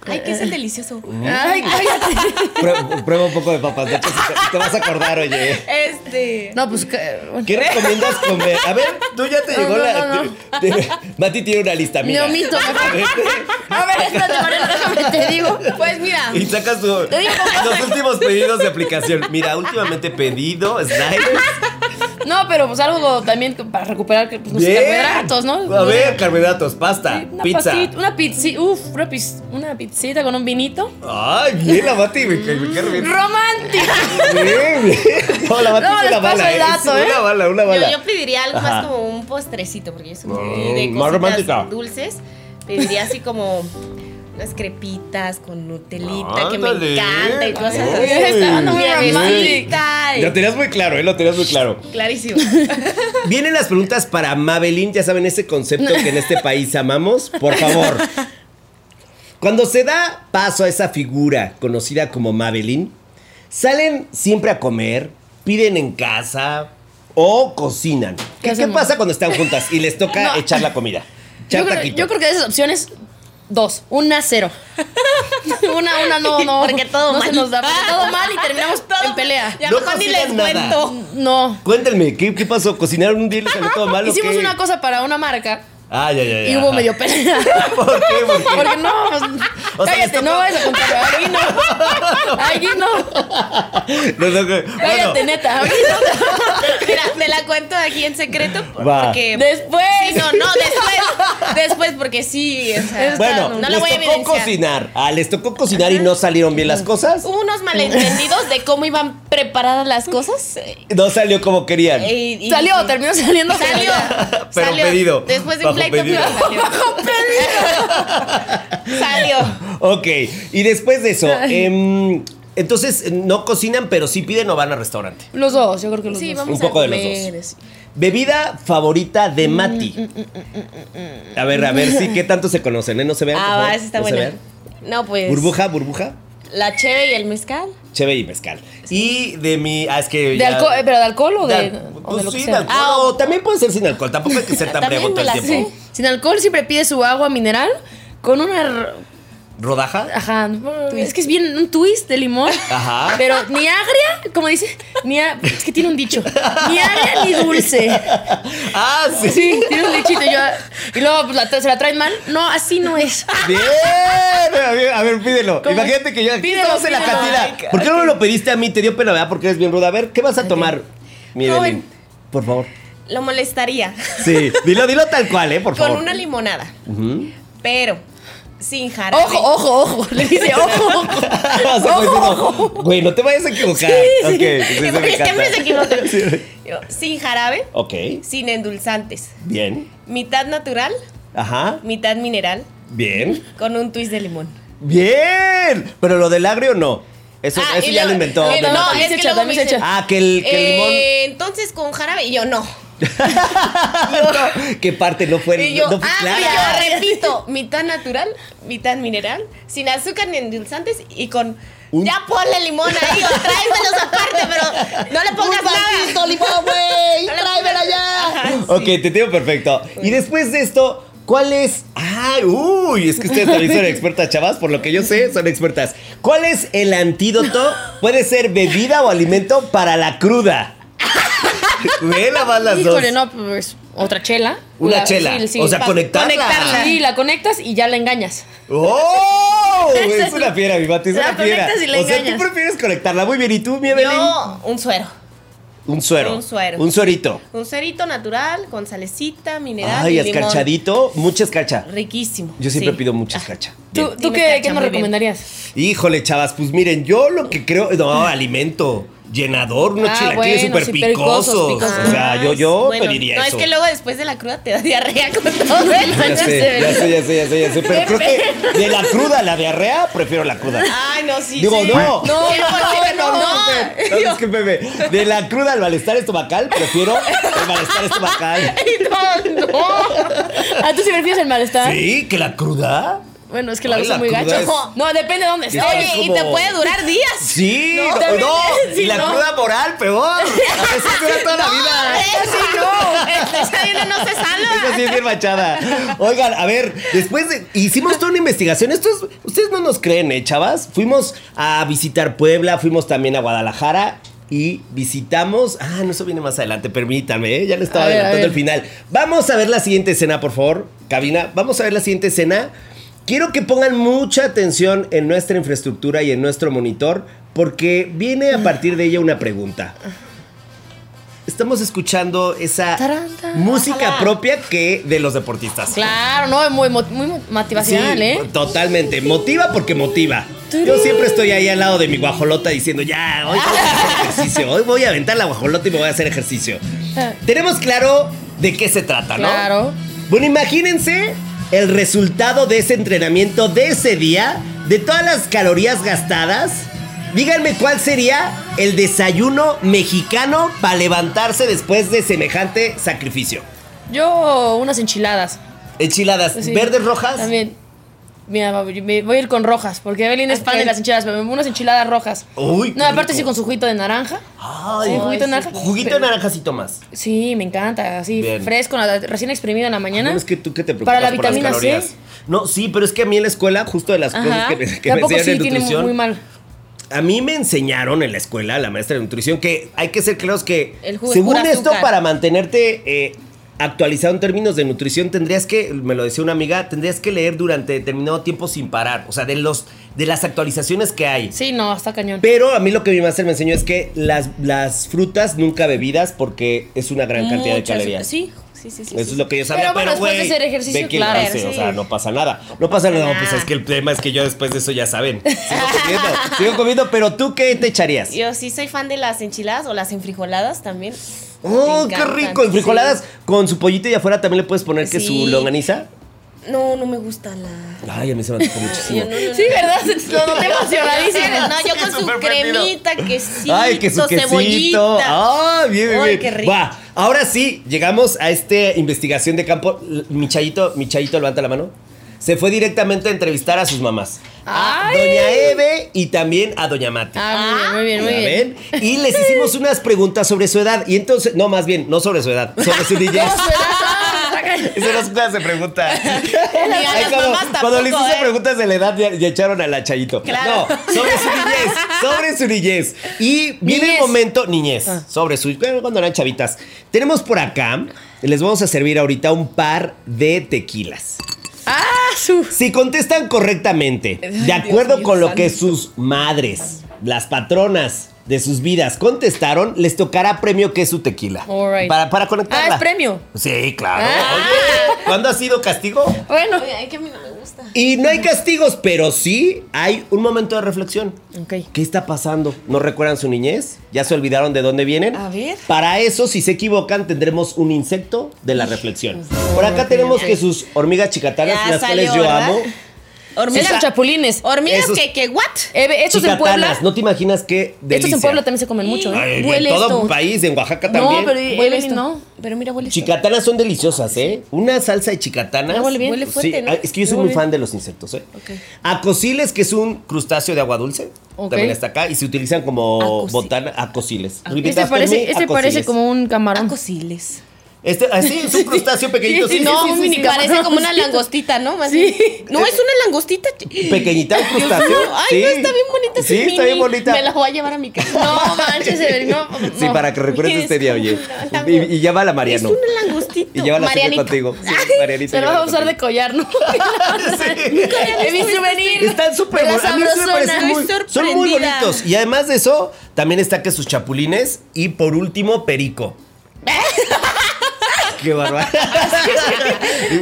[SPEAKER 5] Ay, que es el delicioso.
[SPEAKER 4] Ay, cállate.
[SPEAKER 3] Prueba, prueba un poco de papas nachos y te, te vas a acordar, oye.
[SPEAKER 5] Este.
[SPEAKER 4] No, pues. que- bueno.
[SPEAKER 3] ¿Qué recomiendas comer? A ver, tú ya te
[SPEAKER 4] No,
[SPEAKER 3] llegó
[SPEAKER 4] no,
[SPEAKER 3] la.
[SPEAKER 4] no, no.
[SPEAKER 3] te- te- Mati tiene una lista,
[SPEAKER 4] Me
[SPEAKER 3] mira.
[SPEAKER 4] omito. A ver, espérate, Mariana, déjame te digo.
[SPEAKER 5] Pues mira.
[SPEAKER 3] Y sacas tu- los últimos pedidos de aplicación. Mira, últimamente pedido, sliders.
[SPEAKER 4] No, pero pues algo también para recuperar que, pues, los
[SPEAKER 3] Bien.
[SPEAKER 4] carbohidratos, ¿no?
[SPEAKER 3] A ver, carbohidratos, pasta,
[SPEAKER 4] Una
[SPEAKER 3] pizza.
[SPEAKER 4] pastita, una pizza, uf, una, piz- una pizzita con un vinito.
[SPEAKER 3] Ay, bien la Mati, me cae me cae bien.
[SPEAKER 4] ¡Romántico!
[SPEAKER 3] Bien, bien. No, la Mati
[SPEAKER 4] No,
[SPEAKER 3] es una
[SPEAKER 4] les paso
[SPEAKER 3] bala,
[SPEAKER 4] el
[SPEAKER 3] ¿eh?
[SPEAKER 4] dato, ¿eh?
[SPEAKER 3] Una bala, una
[SPEAKER 5] Yo,
[SPEAKER 3] bala.
[SPEAKER 5] yo pediría algo más
[SPEAKER 3] Ajá.
[SPEAKER 5] como un postrecito, porque yo soy muy
[SPEAKER 3] Mm,
[SPEAKER 5] de
[SPEAKER 3] más romántica.
[SPEAKER 5] cositas dulces. Pediría así como unas crepitas con Nutelita, que me
[SPEAKER 3] Ándale.
[SPEAKER 5] encanta y cosas
[SPEAKER 3] Ay,
[SPEAKER 5] así.
[SPEAKER 4] está dando muy
[SPEAKER 5] Nievecita y-
[SPEAKER 3] Lo tenías muy claro, ¿eh? Lo tenías muy claro.
[SPEAKER 5] Clarísimo.
[SPEAKER 3] Vienen las preguntas para Mabelín, ya saben ese concepto que en este país amamos, por favor. Cuando se da paso a esa figura conocida como Mabelín, salen siempre a comer, piden en casa o cocinan. ¿Qué,
[SPEAKER 4] ¿Qué
[SPEAKER 3] qué
[SPEAKER 4] hacemos?
[SPEAKER 3] pasa cuando están juntas y les toca
[SPEAKER 4] No.
[SPEAKER 3] echar la comida? Echar
[SPEAKER 4] Yo creo,
[SPEAKER 3] taquito.
[SPEAKER 4] yo creo que de esas opciones, dos. Una, cero. una, una, no, no.
[SPEAKER 5] Porque todo
[SPEAKER 4] no
[SPEAKER 5] mal.
[SPEAKER 4] Se nos da, porque todo mal y terminamos
[SPEAKER 5] Todo
[SPEAKER 4] en pelea.
[SPEAKER 5] Ya
[SPEAKER 3] No
[SPEAKER 5] mejor ni les
[SPEAKER 3] cocinan nada.
[SPEAKER 5] cuento.
[SPEAKER 4] No.
[SPEAKER 3] Cuéntenme, ¿qué, qué pasó? ¿Cocinaron un día y les salió todo malo?
[SPEAKER 4] Hicimos una cosa para una marca
[SPEAKER 3] Ah, ya, ya, ya.
[SPEAKER 4] y hubo
[SPEAKER 3] ajá.
[SPEAKER 4] medio pelea.
[SPEAKER 3] ¿Por qué? ¿Por qué?
[SPEAKER 4] Porque no, pues,
[SPEAKER 3] O sea, les
[SPEAKER 4] cállate,
[SPEAKER 3] tocó-
[SPEAKER 4] no vayas a contarlo. Aquí no. Aquí no.
[SPEAKER 3] No, no, que- bueno,
[SPEAKER 4] Cállate, neta. aquí
[SPEAKER 5] Mira, te la cuento aquí en secreto
[SPEAKER 3] Va.
[SPEAKER 5] porque
[SPEAKER 4] no. Después.
[SPEAKER 5] Sí, no, no, después. Después, porque sí. o sea,
[SPEAKER 4] Es-
[SPEAKER 3] Bueno,
[SPEAKER 5] No la
[SPEAKER 3] les
[SPEAKER 5] voy a
[SPEAKER 3] tocó
[SPEAKER 5] evidenciar. Uh.
[SPEAKER 3] cocinar. Ah, les tocó cocinar y no salieron bien las cosas.
[SPEAKER 5] hubo unos malentendidos de cómo iban preparadas las cosas. eh,
[SPEAKER 3] No salió como querían.
[SPEAKER 5] y- y-
[SPEAKER 4] Salió, terminó saliendo.
[SPEAKER 5] Salió.
[SPEAKER 3] Pero
[SPEAKER 5] salió.
[SPEAKER 3] pedido,
[SPEAKER 5] Después de
[SPEAKER 3] bajo
[SPEAKER 5] un pleito,
[SPEAKER 3] pedido.
[SPEAKER 5] pero salió. Ah, salió.
[SPEAKER 3] Ok, y después de eso, em, entonces no cocinan, pero sí piden o van al restaurante.
[SPEAKER 4] Los dos, yo creo que los
[SPEAKER 5] Sí,
[SPEAKER 4] dos.
[SPEAKER 5] vamos
[SPEAKER 3] Un poco
[SPEAKER 5] a
[SPEAKER 3] de los
[SPEAKER 5] comer.
[SPEAKER 3] dos. Bebida favorita
[SPEAKER 5] Mm,
[SPEAKER 3] de Mati. A ver, a ver, sí, ¿qué tanto se conocen? eh? No se vean. por
[SPEAKER 5] Ah,
[SPEAKER 3] favor,
[SPEAKER 5] va, esa está
[SPEAKER 3] no se
[SPEAKER 5] buena.
[SPEAKER 3] vean.
[SPEAKER 5] No, pues.
[SPEAKER 3] Burbuja, burbuja,
[SPEAKER 5] La cheve y el mezcal.
[SPEAKER 3] cheve y mezcal. Y de mi. Ah, es que.
[SPEAKER 4] ¿De
[SPEAKER 3] ya-
[SPEAKER 4] alcohol, eh, ¿Pero de alcohol o de,
[SPEAKER 3] Pues
[SPEAKER 4] o de lo
[SPEAKER 3] sí,
[SPEAKER 4] que
[SPEAKER 3] de
[SPEAKER 4] sea?
[SPEAKER 3] alcohol. o también puede ser sin alcohol. Tampoco hay que ser tan
[SPEAKER 5] Ah, También
[SPEAKER 3] brego
[SPEAKER 5] me
[SPEAKER 3] todo
[SPEAKER 5] la
[SPEAKER 3] el tiempo.
[SPEAKER 5] sé.
[SPEAKER 4] Sin alcohol siempre pide su agua mineral con una... r-
[SPEAKER 3] ¿Rodaja?
[SPEAKER 4] Ajá, no, es que es bien un twist de limón.
[SPEAKER 3] Ajá.
[SPEAKER 4] Pero ni agria, como dice, ni a- es que tiene un dicho, ni agria ni dulce.
[SPEAKER 3] Ah, sí.
[SPEAKER 4] Sí, tiene un dichito y yo, y luego pues, la tra- se la traen mal. No, así no es.
[SPEAKER 3] Bien, a ver, a ver, pídelo.
[SPEAKER 4] ¿Cómo?
[SPEAKER 3] Imagínate que yo aquí
[SPEAKER 4] Pídelo,
[SPEAKER 3] estamos en la
[SPEAKER 4] pídelo.
[SPEAKER 3] cantina.
[SPEAKER 4] Ay,
[SPEAKER 3] ¿Por qué no me lo pediste a mí? Te dio pena, ¿verdad? Porque eres bien ruda. A ver, ¿qué vas a tomar, mi
[SPEAKER 5] Joven.
[SPEAKER 3] Evelyn? Por favor.
[SPEAKER 5] Lo molestaría.
[SPEAKER 3] Sí, dilo, dilo tal cual, ¿eh? Por
[SPEAKER 5] Con
[SPEAKER 3] favor.
[SPEAKER 5] una limonada. Pero sin jarabe.
[SPEAKER 4] Ojo, ojo, ojo. Le dice, ojo, ojo.
[SPEAKER 3] O sea, como diciendo, Güey, no te vayas a equivocar.
[SPEAKER 5] Sí, sí.
[SPEAKER 3] Ok, sí, se pues me
[SPEAKER 5] Porque siempre se
[SPEAKER 3] encanta.
[SPEAKER 5] equivocan.
[SPEAKER 3] Sí.
[SPEAKER 5] Yo, Sin jarabe,
[SPEAKER 3] Ok,
[SPEAKER 5] sin endulzantes.
[SPEAKER 3] bien.
[SPEAKER 5] Mitad natural,
[SPEAKER 3] Ajá,
[SPEAKER 5] mitad mineral,
[SPEAKER 3] bien.
[SPEAKER 5] con un twist de limón.
[SPEAKER 3] Bien. Pero lo del agrio no. Eso,
[SPEAKER 5] Ah,
[SPEAKER 3] eso
[SPEAKER 5] y
[SPEAKER 3] ya lo
[SPEAKER 5] luego-
[SPEAKER 3] inventó. Ah,
[SPEAKER 5] eh,
[SPEAKER 3] Mel.
[SPEAKER 5] no,
[SPEAKER 4] También
[SPEAKER 5] es
[SPEAKER 4] se
[SPEAKER 5] que
[SPEAKER 4] echa,
[SPEAKER 5] luego "Ah, me
[SPEAKER 4] también se
[SPEAKER 5] dicen,
[SPEAKER 4] echa.
[SPEAKER 3] Ah, que el, que el limón.
[SPEAKER 5] eh, entonces con jarabe y yo no.
[SPEAKER 3] ¿Qué parte no fue?
[SPEAKER 5] Y yo,
[SPEAKER 3] Pues, no fue
[SPEAKER 5] ah,
[SPEAKER 3] clara?
[SPEAKER 5] yo repito, mitad natural, mitad mineral, sin azúcar ni endulzantes y con...
[SPEAKER 3] Un-
[SPEAKER 5] Ya ponle limón ahí o tráemelos aparte, pero no le pongas nada.
[SPEAKER 3] limón, güey!
[SPEAKER 5] No le
[SPEAKER 3] ¡Tráemela
[SPEAKER 5] pongas-
[SPEAKER 3] ya!
[SPEAKER 5] Ajá, sí.
[SPEAKER 3] Ok, te entiendo perfecto. Y después de esto, ¿cuál es? ¡Ay, uy! Es que ustedes también son expertas, chavas. Por lo que yo sé, son expertas. ¿Cuál es el antídoto? Puede ser bebida o alimento para la cruda. Ve la más las dos.
[SPEAKER 4] Híjole, no, pues otra chela.
[SPEAKER 3] Una
[SPEAKER 4] La-
[SPEAKER 3] chela.
[SPEAKER 4] sí, sí.
[SPEAKER 3] o sea,
[SPEAKER 4] Pa-
[SPEAKER 3] conectarla.
[SPEAKER 5] conectarla.
[SPEAKER 4] Sí, la conectas y ya la engañas.
[SPEAKER 3] ¡Oh! Es una fiera, mi mate, es
[SPEAKER 4] La
[SPEAKER 3] una fiera.
[SPEAKER 4] conectas y la
[SPEAKER 3] o sea, tú
[SPEAKER 4] engañas.
[SPEAKER 3] prefieres conectarla. Muy bien, ¿y tú, mi Evelyn?
[SPEAKER 5] Yo, un suero.
[SPEAKER 3] Un suero.
[SPEAKER 5] Un suero.
[SPEAKER 3] Un suerito.
[SPEAKER 5] Un cerito natural con salecita, mineral
[SPEAKER 3] Ay,
[SPEAKER 5] y limón.
[SPEAKER 3] escarchadito. Mucha escarcha.
[SPEAKER 5] Riquísimo.
[SPEAKER 3] Yo siempre
[SPEAKER 5] sí.
[SPEAKER 3] pido mucha
[SPEAKER 5] Ah,
[SPEAKER 3] escarcha.
[SPEAKER 4] ¿Tú,
[SPEAKER 5] Bien.
[SPEAKER 4] tú
[SPEAKER 5] Dime,
[SPEAKER 4] qué,
[SPEAKER 5] Cacha,
[SPEAKER 4] qué nos
[SPEAKER 5] muy bien.
[SPEAKER 4] recomendarías?
[SPEAKER 3] Híjole, chavas, pues miren, yo lo que creo. No, alimento. Llenador, unos
[SPEAKER 4] Ah,
[SPEAKER 3] chilaquiles súper
[SPEAKER 4] bueno, sí,
[SPEAKER 3] picosos.
[SPEAKER 4] picosos, picosos.
[SPEAKER 3] O sea, yo, yo
[SPEAKER 5] Ah, bueno,
[SPEAKER 3] pediría
[SPEAKER 5] no,
[SPEAKER 3] eso.
[SPEAKER 5] es que luego después de la cruda te da diarrea con todo el
[SPEAKER 3] Ya sé, ya sé, ya sé, ya sé, ya sé. Pero creo que de la cruda, a la diarrea, prefiero la cruda.
[SPEAKER 5] Ay, no, Ah, sí.
[SPEAKER 3] Digo,
[SPEAKER 5] sí.
[SPEAKER 3] no.
[SPEAKER 5] No,
[SPEAKER 4] No,
[SPEAKER 5] no, no, no.
[SPEAKER 3] No, discúlpeme. De la cruda al malestar estomacal, prefiero el malestar estomacal.
[SPEAKER 4] No, no. ¿Ah, tú sí prefieres el malestar?
[SPEAKER 3] Sí, que la cruda.
[SPEAKER 4] Bueno, es que la
[SPEAKER 3] Ay,
[SPEAKER 4] dos es
[SPEAKER 3] la
[SPEAKER 4] muy
[SPEAKER 3] cruda
[SPEAKER 4] gacha.
[SPEAKER 3] es-
[SPEAKER 4] No, depende de dónde estés.
[SPEAKER 3] Ay,
[SPEAKER 5] Oye, y
[SPEAKER 3] como-
[SPEAKER 5] te puede durar días.
[SPEAKER 3] Sí,
[SPEAKER 4] No,
[SPEAKER 3] no,
[SPEAKER 4] también-
[SPEAKER 3] no,
[SPEAKER 4] sí,
[SPEAKER 3] y la
[SPEAKER 4] no.
[SPEAKER 3] cruda moral, peor. A veces dura toda la
[SPEAKER 4] Ah,
[SPEAKER 3] vida.
[SPEAKER 5] sí, no. Esa viene no se
[SPEAKER 3] Esa sí
[SPEAKER 5] salva.
[SPEAKER 3] es bien machada. Oigan, a ver, después de- hicimos toda una investigación. Esto es, ustedes no nos creen, ¿eh, chavas? Fuimos a visitar Puebla, fuimos también a Guadalajara y visitamos. Ah, no, eso viene más adelante, permítanme, ¿eh? ya le estaba
[SPEAKER 4] A ver,
[SPEAKER 3] adelantando
[SPEAKER 4] a ver.
[SPEAKER 3] el final. Vamos a ver la siguiente escena, por favor, cabina. Vamos a ver la siguiente escena. Quiero que pongan mucha atención en nuestra infraestructura y en nuestro monitor, porque viene a partir de ella una pregunta. Estamos escuchando esa
[SPEAKER 4] Tarán, tarán.
[SPEAKER 3] música
[SPEAKER 5] Ojalá.
[SPEAKER 3] propia que de los deportistas.
[SPEAKER 4] Claro, no, es muy, mo- muy motivacional,
[SPEAKER 3] Sí,
[SPEAKER 4] ¿eh?
[SPEAKER 3] Totalmente. Motiva porque motiva. Yo siempre estoy ahí al lado de mi guajolota diciendo, ya, hoy voy a hacer ejercicio. Hoy voy a aventar la guajolota y me voy a hacer ejercicio. Tenemos claro de qué se trata, ¿no?
[SPEAKER 4] Ah. Claro.
[SPEAKER 3] Bueno, imagínense el resultado de ese entrenamiento de ese día, de todas las calorías gastadas. Díganme cuál sería el desayuno mexicano para levantarse después de semejante sacrificio.
[SPEAKER 4] Yo unas enchiladas.
[SPEAKER 3] Enchiladas
[SPEAKER 4] Sí.
[SPEAKER 3] verdes, rojas.
[SPEAKER 4] También. Mira, va- me voy a ir con rojas, porque Evelyn es fan
[SPEAKER 5] Ok.
[SPEAKER 4] de las enchiladas, pero unas enchiladas rojas.
[SPEAKER 3] Uy, qué
[SPEAKER 4] no, aparte
[SPEAKER 3] rico.
[SPEAKER 4] sí con su juguito de naranja.
[SPEAKER 3] Ay,
[SPEAKER 4] Sí, juguito de naranja.
[SPEAKER 3] Juguito de naranjas y tomas.
[SPEAKER 4] Sí, me encanta, así
[SPEAKER 3] Bien. Ah,
[SPEAKER 4] fresco, la- recién exprimido en la mañana.
[SPEAKER 3] No, es que tú que te preocupas
[SPEAKER 4] Para la
[SPEAKER 3] por las
[SPEAKER 4] vitamina C.
[SPEAKER 3] calorías. No, sí, pero es que a mí en la escuela, justo de las cosas
[SPEAKER 4] Ajá.
[SPEAKER 3] que me, que me
[SPEAKER 4] Tampoco
[SPEAKER 3] enseñaron
[SPEAKER 4] sí
[SPEAKER 3] en
[SPEAKER 4] tiene muy,
[SPEAKER 3] nutrición,
[SPEAKER 4] muy mal.
[SPEAKER 3] a mí me enseñaron en la escuela, la maestra de nutrición, que hay que ser claros que,
[SPEAKER 5] El jugo es
[SPEAKER 3] según
[SPEAKER 5] pura
[SPEAKER 3] esto,
[SPEAKER 5] azúcar.
[SPEAKER 3] para mantenerte eh, actualizado en términos de nutrición, tendrías que, me lo decía una amiga, tendrías que leer durante determinado tiempo sin parar. O sea, de, los, de las actualizaciones que hay.
[SPEAKER 4] Sí, no, está cañón.
[SPEAKER 3] Pero a mí lo que mi máster me enseñó es que las, las frutas nunca bebidas porque es una gran cantidad de
[SPEAKER 5] Mucho azúcar.
[SPEAKER 3] calorías.
[SPEAKER 5] Sí, sí, sí. sí
[SPEAKER 3] Eso
[SPEAKER 5] sí.
[SPEAKER 3] es lo que yo sabía,
[SPEAKER 4] Pero bueno,
[SPEAKER 3] pero
[SPEAKER 4] después de
[SPEAKER 3] güey,
[SPEAKER 4] hacer ejercicio,
[SPEAKER 3] ve quién lo
[SPEAKER 4] claro,
[SPEAKER 3] hace, o
[SPEAKER 5] sí.
[SPEAKER 3] sea, no pasa nada. No pasa nada,
[SPEAKER 5] nada.
[SPEAKER 3] pues es que el tema es que yo después de eso ya saben. Sigo comiendo, sigo comiendo, pero tú qué te echarías?
[SPEAKER 5] Yo sí soy fan de las enchiladas o las enfrijoladas también.
[SPEAKER 3] Oh,
[SPEAKER 5] Me
[SPEAKER 3] qué
[SPEAKER 5] encantan,
[SPEAKER 3] rico, en frijoladas con su pollito y afuera también le puedes poner que su
[SPEAKER 5] Sí.
[SPEAKER 3] longaniza.
[SPEAKER 5] sí. No, no me gusta la.
[SPEAKER 3] Ay, a mí se me antoja
[SPEAKER 5] Yo
[SPEAKER 3] muchísimo.
[SPEAKER 5] no, no,
[SPEAKER 4] Sí, ¿verdad? Lo noté
[SPEAKER 5] no,
[SPEAKER 4] emocionadísimo.
[SPEAKER 5] no, yo
[SPEAKER 3] Sí,
[SPEAKER 5] con su
[SPEAKER 3] súper prendido.
[SPEAKER 5] cremita, quesito,
[SPEAKER 3] Ay, que su quesito.
[SPEAKER 5] cebollita.
[SPEAKER 3] Ah, bien, bien,
[SPEAKER 5] Ay,
[SPEAKER 3] bien.
[SPEAKER 5] qué rico.
[SPEAKER 3] Va, ahora sí, llegamos a esta investigación de campo. L- Mi chayito, mi chayito, levanta la mano. Se fue directamente a entrevistar a sus mamás. A
[SPEAKER 4] Ay.
[SPEAKER 3] Doña Eve y también a Doña Mati.
[SPEAKER 4] Ah, muy bien, muy
[SPEAKER 3] ¿Ya
[SPEAKER 4] bien, muy bien.
[SPEAKER 3] ven? Y les hicimos unas preguntas sobre su edad. Y entonces, no, más bien, no sobre su edad, sobre su niñez. Esas eran clases de preguntas.
[SPEAKER 5] las
[SPEAKER 3] Ay, cuando,
[SPEAKER 5] mamás tampoco,
[SPEAKER 3] cuando le hiciste
[SPEAKER 5] ¿eh?
[SPEAKER 3] preguntas de la edad, ya, ya echaron a la Chayito.
[SPEAKER 5] Claro.
[SPEAKER 3] No, sobre su niñez, sobre su niñez. Y viene el
[SPEAKER 4] Niñez.
[SPEAKER 3] momento, niñez, sobre su. bueno, Cuando eran chavitas. Tenemos por acá, les vamos a servir ahorita un par de tequilas.
[SPEAKER 4] Ah, su.
[SPEAKER 3] Si contestan correctamente, de
[SPEAKER 5] Dios
[SPEAKER 3] acuerdo
[SPEAKER 5] mío,
[SPEAKER 3] con lo
[SPEAKER 5] santo.
[SPEAKER 3] que sus madres, las patronas de sus vidas contestaron, les tocará premio que es su tequila.
[SPEAKER 4] All right.
[SPEAKER 3] Para, para conectarla.
[SPEAKER 4] Ah, ¿es premio?
[SPEAKER 3] Sí, claro.
[SPEAKER 4] Ah.
[SPEAKER 3] Oye, ¿Cuándo ha sido castigo?
[SPEAKER 4] Bueno.
[SPEAKER 5] Oye, ay, que a mí no me gusta.
[SPEAKER 3] Y no hay castigos, pero sí hay un momento de reflexión.
[SPEAKER 4] Ok.
[SPEAKER 3] ¿Qué está pasando? ¿No recuerdan su niñez? ¿Ya se olvidaron de dónde vienen?
[SPEAKER 5] A ver.
[SPEAKER 3] Para eso, si se equivocan, tendremos un insecto de la reflexión. Por acá tenemos que sus hormigas chicatanas,
[SPEAKER 5] Ya
[SPEAKER 3] las cuales
[SPEAKER 5] salió,
[SPEAKER 3] yo
[SPEAKER 5] ¿verdad?
[SPEAKER 3] amo,
[SPEAKER 5] Hormigas.
[SPEAKER 4] Esos chapulines.
[SPEAKER 5] Hormigas
[SPEAKER 3] Esos-
[SPEAKER 5] que, que, what?
[SPEAKER 4] Eh, estos en Puebla.
[SPEAKER 3] Chicatanas, no te imaginas qué delicia.
[SPEAKER 4] Estos en Puebla también se comen mucho, ¿eh?
[SPEAKER 3] Ay,
[SPEAKER 4] Huele
[SPEAKER 3] en todo
[SPEAKER 4] esto.
[SPEAKER 3] país, en Oaxaca
[SPEAKER 4] No,
[SPEAKER 3] también.
[SPEAKER 4] pero- Eh,
[SPEAKER 5] Huele
[SPEAKER 4] Evelyn,
[SPEAKER 5] esto.
[SPEAKER 4] no.
[SPEAKER 5] Pero mira, huele esto.
[SPEAKER 3] Chicatanas son deliciosas, ¿eh? Una salsa de chicatanas.
[SPEAKER 5] Ah, huele bien. Huele
[SPEAKER 3] Sí,
[SPEAKER 5] fuerte, ¿no?
[SPEAKER 3] ah, Es que yo soy
[SPEAKER 5] Huele
[SPEAKER 3] muy
[SPEAKER 5] bien.
[SPEAKER 3] fan de los insectos, ¿eh?
[SPEAKER 5] Ok.
[SPEAKER 3] Acosiles, que es un crustáceo de agua dulce.
[SPEAKER 4] Ok.
[SPEAKER 3] También está acá. Y se utilizan como
[SPEAKER 5] Acosi-
[SPEAKER 3] botana. Acosiles.
[SPEAKER 4] Este
[SPEAKER 3] Gritaste en mí,
[SPEAKER 4] parece, este parece
[SPEAKER 3] acosiles.
[SPEAKER 4] como un camarón.
[SPEAKER 5] Acosiles.
[SPEAKER 3] Este, así, es un crustáceo pequeñito.
[SPEAKER 4] Sí,
[SPEAKER 3] sí,
[SPEAKER 5] no,
[SPEAKER 3] sí, sí,
[SPEAKER 4] un
[SPEAKER 3] sí.
[SPEAKER 4] mini camarón.
[SPEAKER 5] parece como una langostita, ¿no? Más
[SPEAKER 4] Sí.
[SPEAKER 5] bien. No, es una langostita.
[SPEAKER 3] Pequeñita, un crustáceo.
[SPEAKER 5] Ay,
[SPEAKER 3] sí.
[SPEAKER 5] no, está bien bonita.
[SPEAKER 3] Sí, está bien bonita.
[SPEAKER 5] Me la voy a llevar a mi casa.
[SPEAKER 4] No manches, Evelyn, no, no.
[SPEAKER 3] Sí, para que recuerdes este día, oye.
[SPEAKER 5] Una lango-
[SPEAKER 3] Y, y ya va la
[SPEAKER 5] Es
[SPEAKER 3] Mariano.
[SPEAKER 5] una langostita.
[SPEAKER 3] Y lleva la cena
[SPEAKER 5] Marianita.
[SPEAKER 3] contigo. Sí, Marianita.
[SPEAKER 4] Se lo
[SPEAKER 3] lleva
[SPEAKER 4] vas a
[SPEAKER 3] la
[SPEAKER 4] usar de
[SPEAKER 3] cena.
[SPEAKER 4] collar, ¿no?
[SPEAKER 3] Sí.
[SPEAKER 4] Es mi
[SPEAKER 5] este
[SPEAKER 4] souvenir.
[SPEAKER 3] Están súper
[SPEAKER 4] De la
[SPEAKER 3] bonitos. A mí sí me
[SPEAKER 4] sabrosona.
[SPEAKER 3] parecen
[SPEAKER 5] Estoy
[SPEAKER 3] muy- Son muy
[SPEAKER 5] sorprendida.
[SPEAKER 3] bonitos. Y además de eso, también está que sus chapulines. Y por último, perico. Qué bárbaro.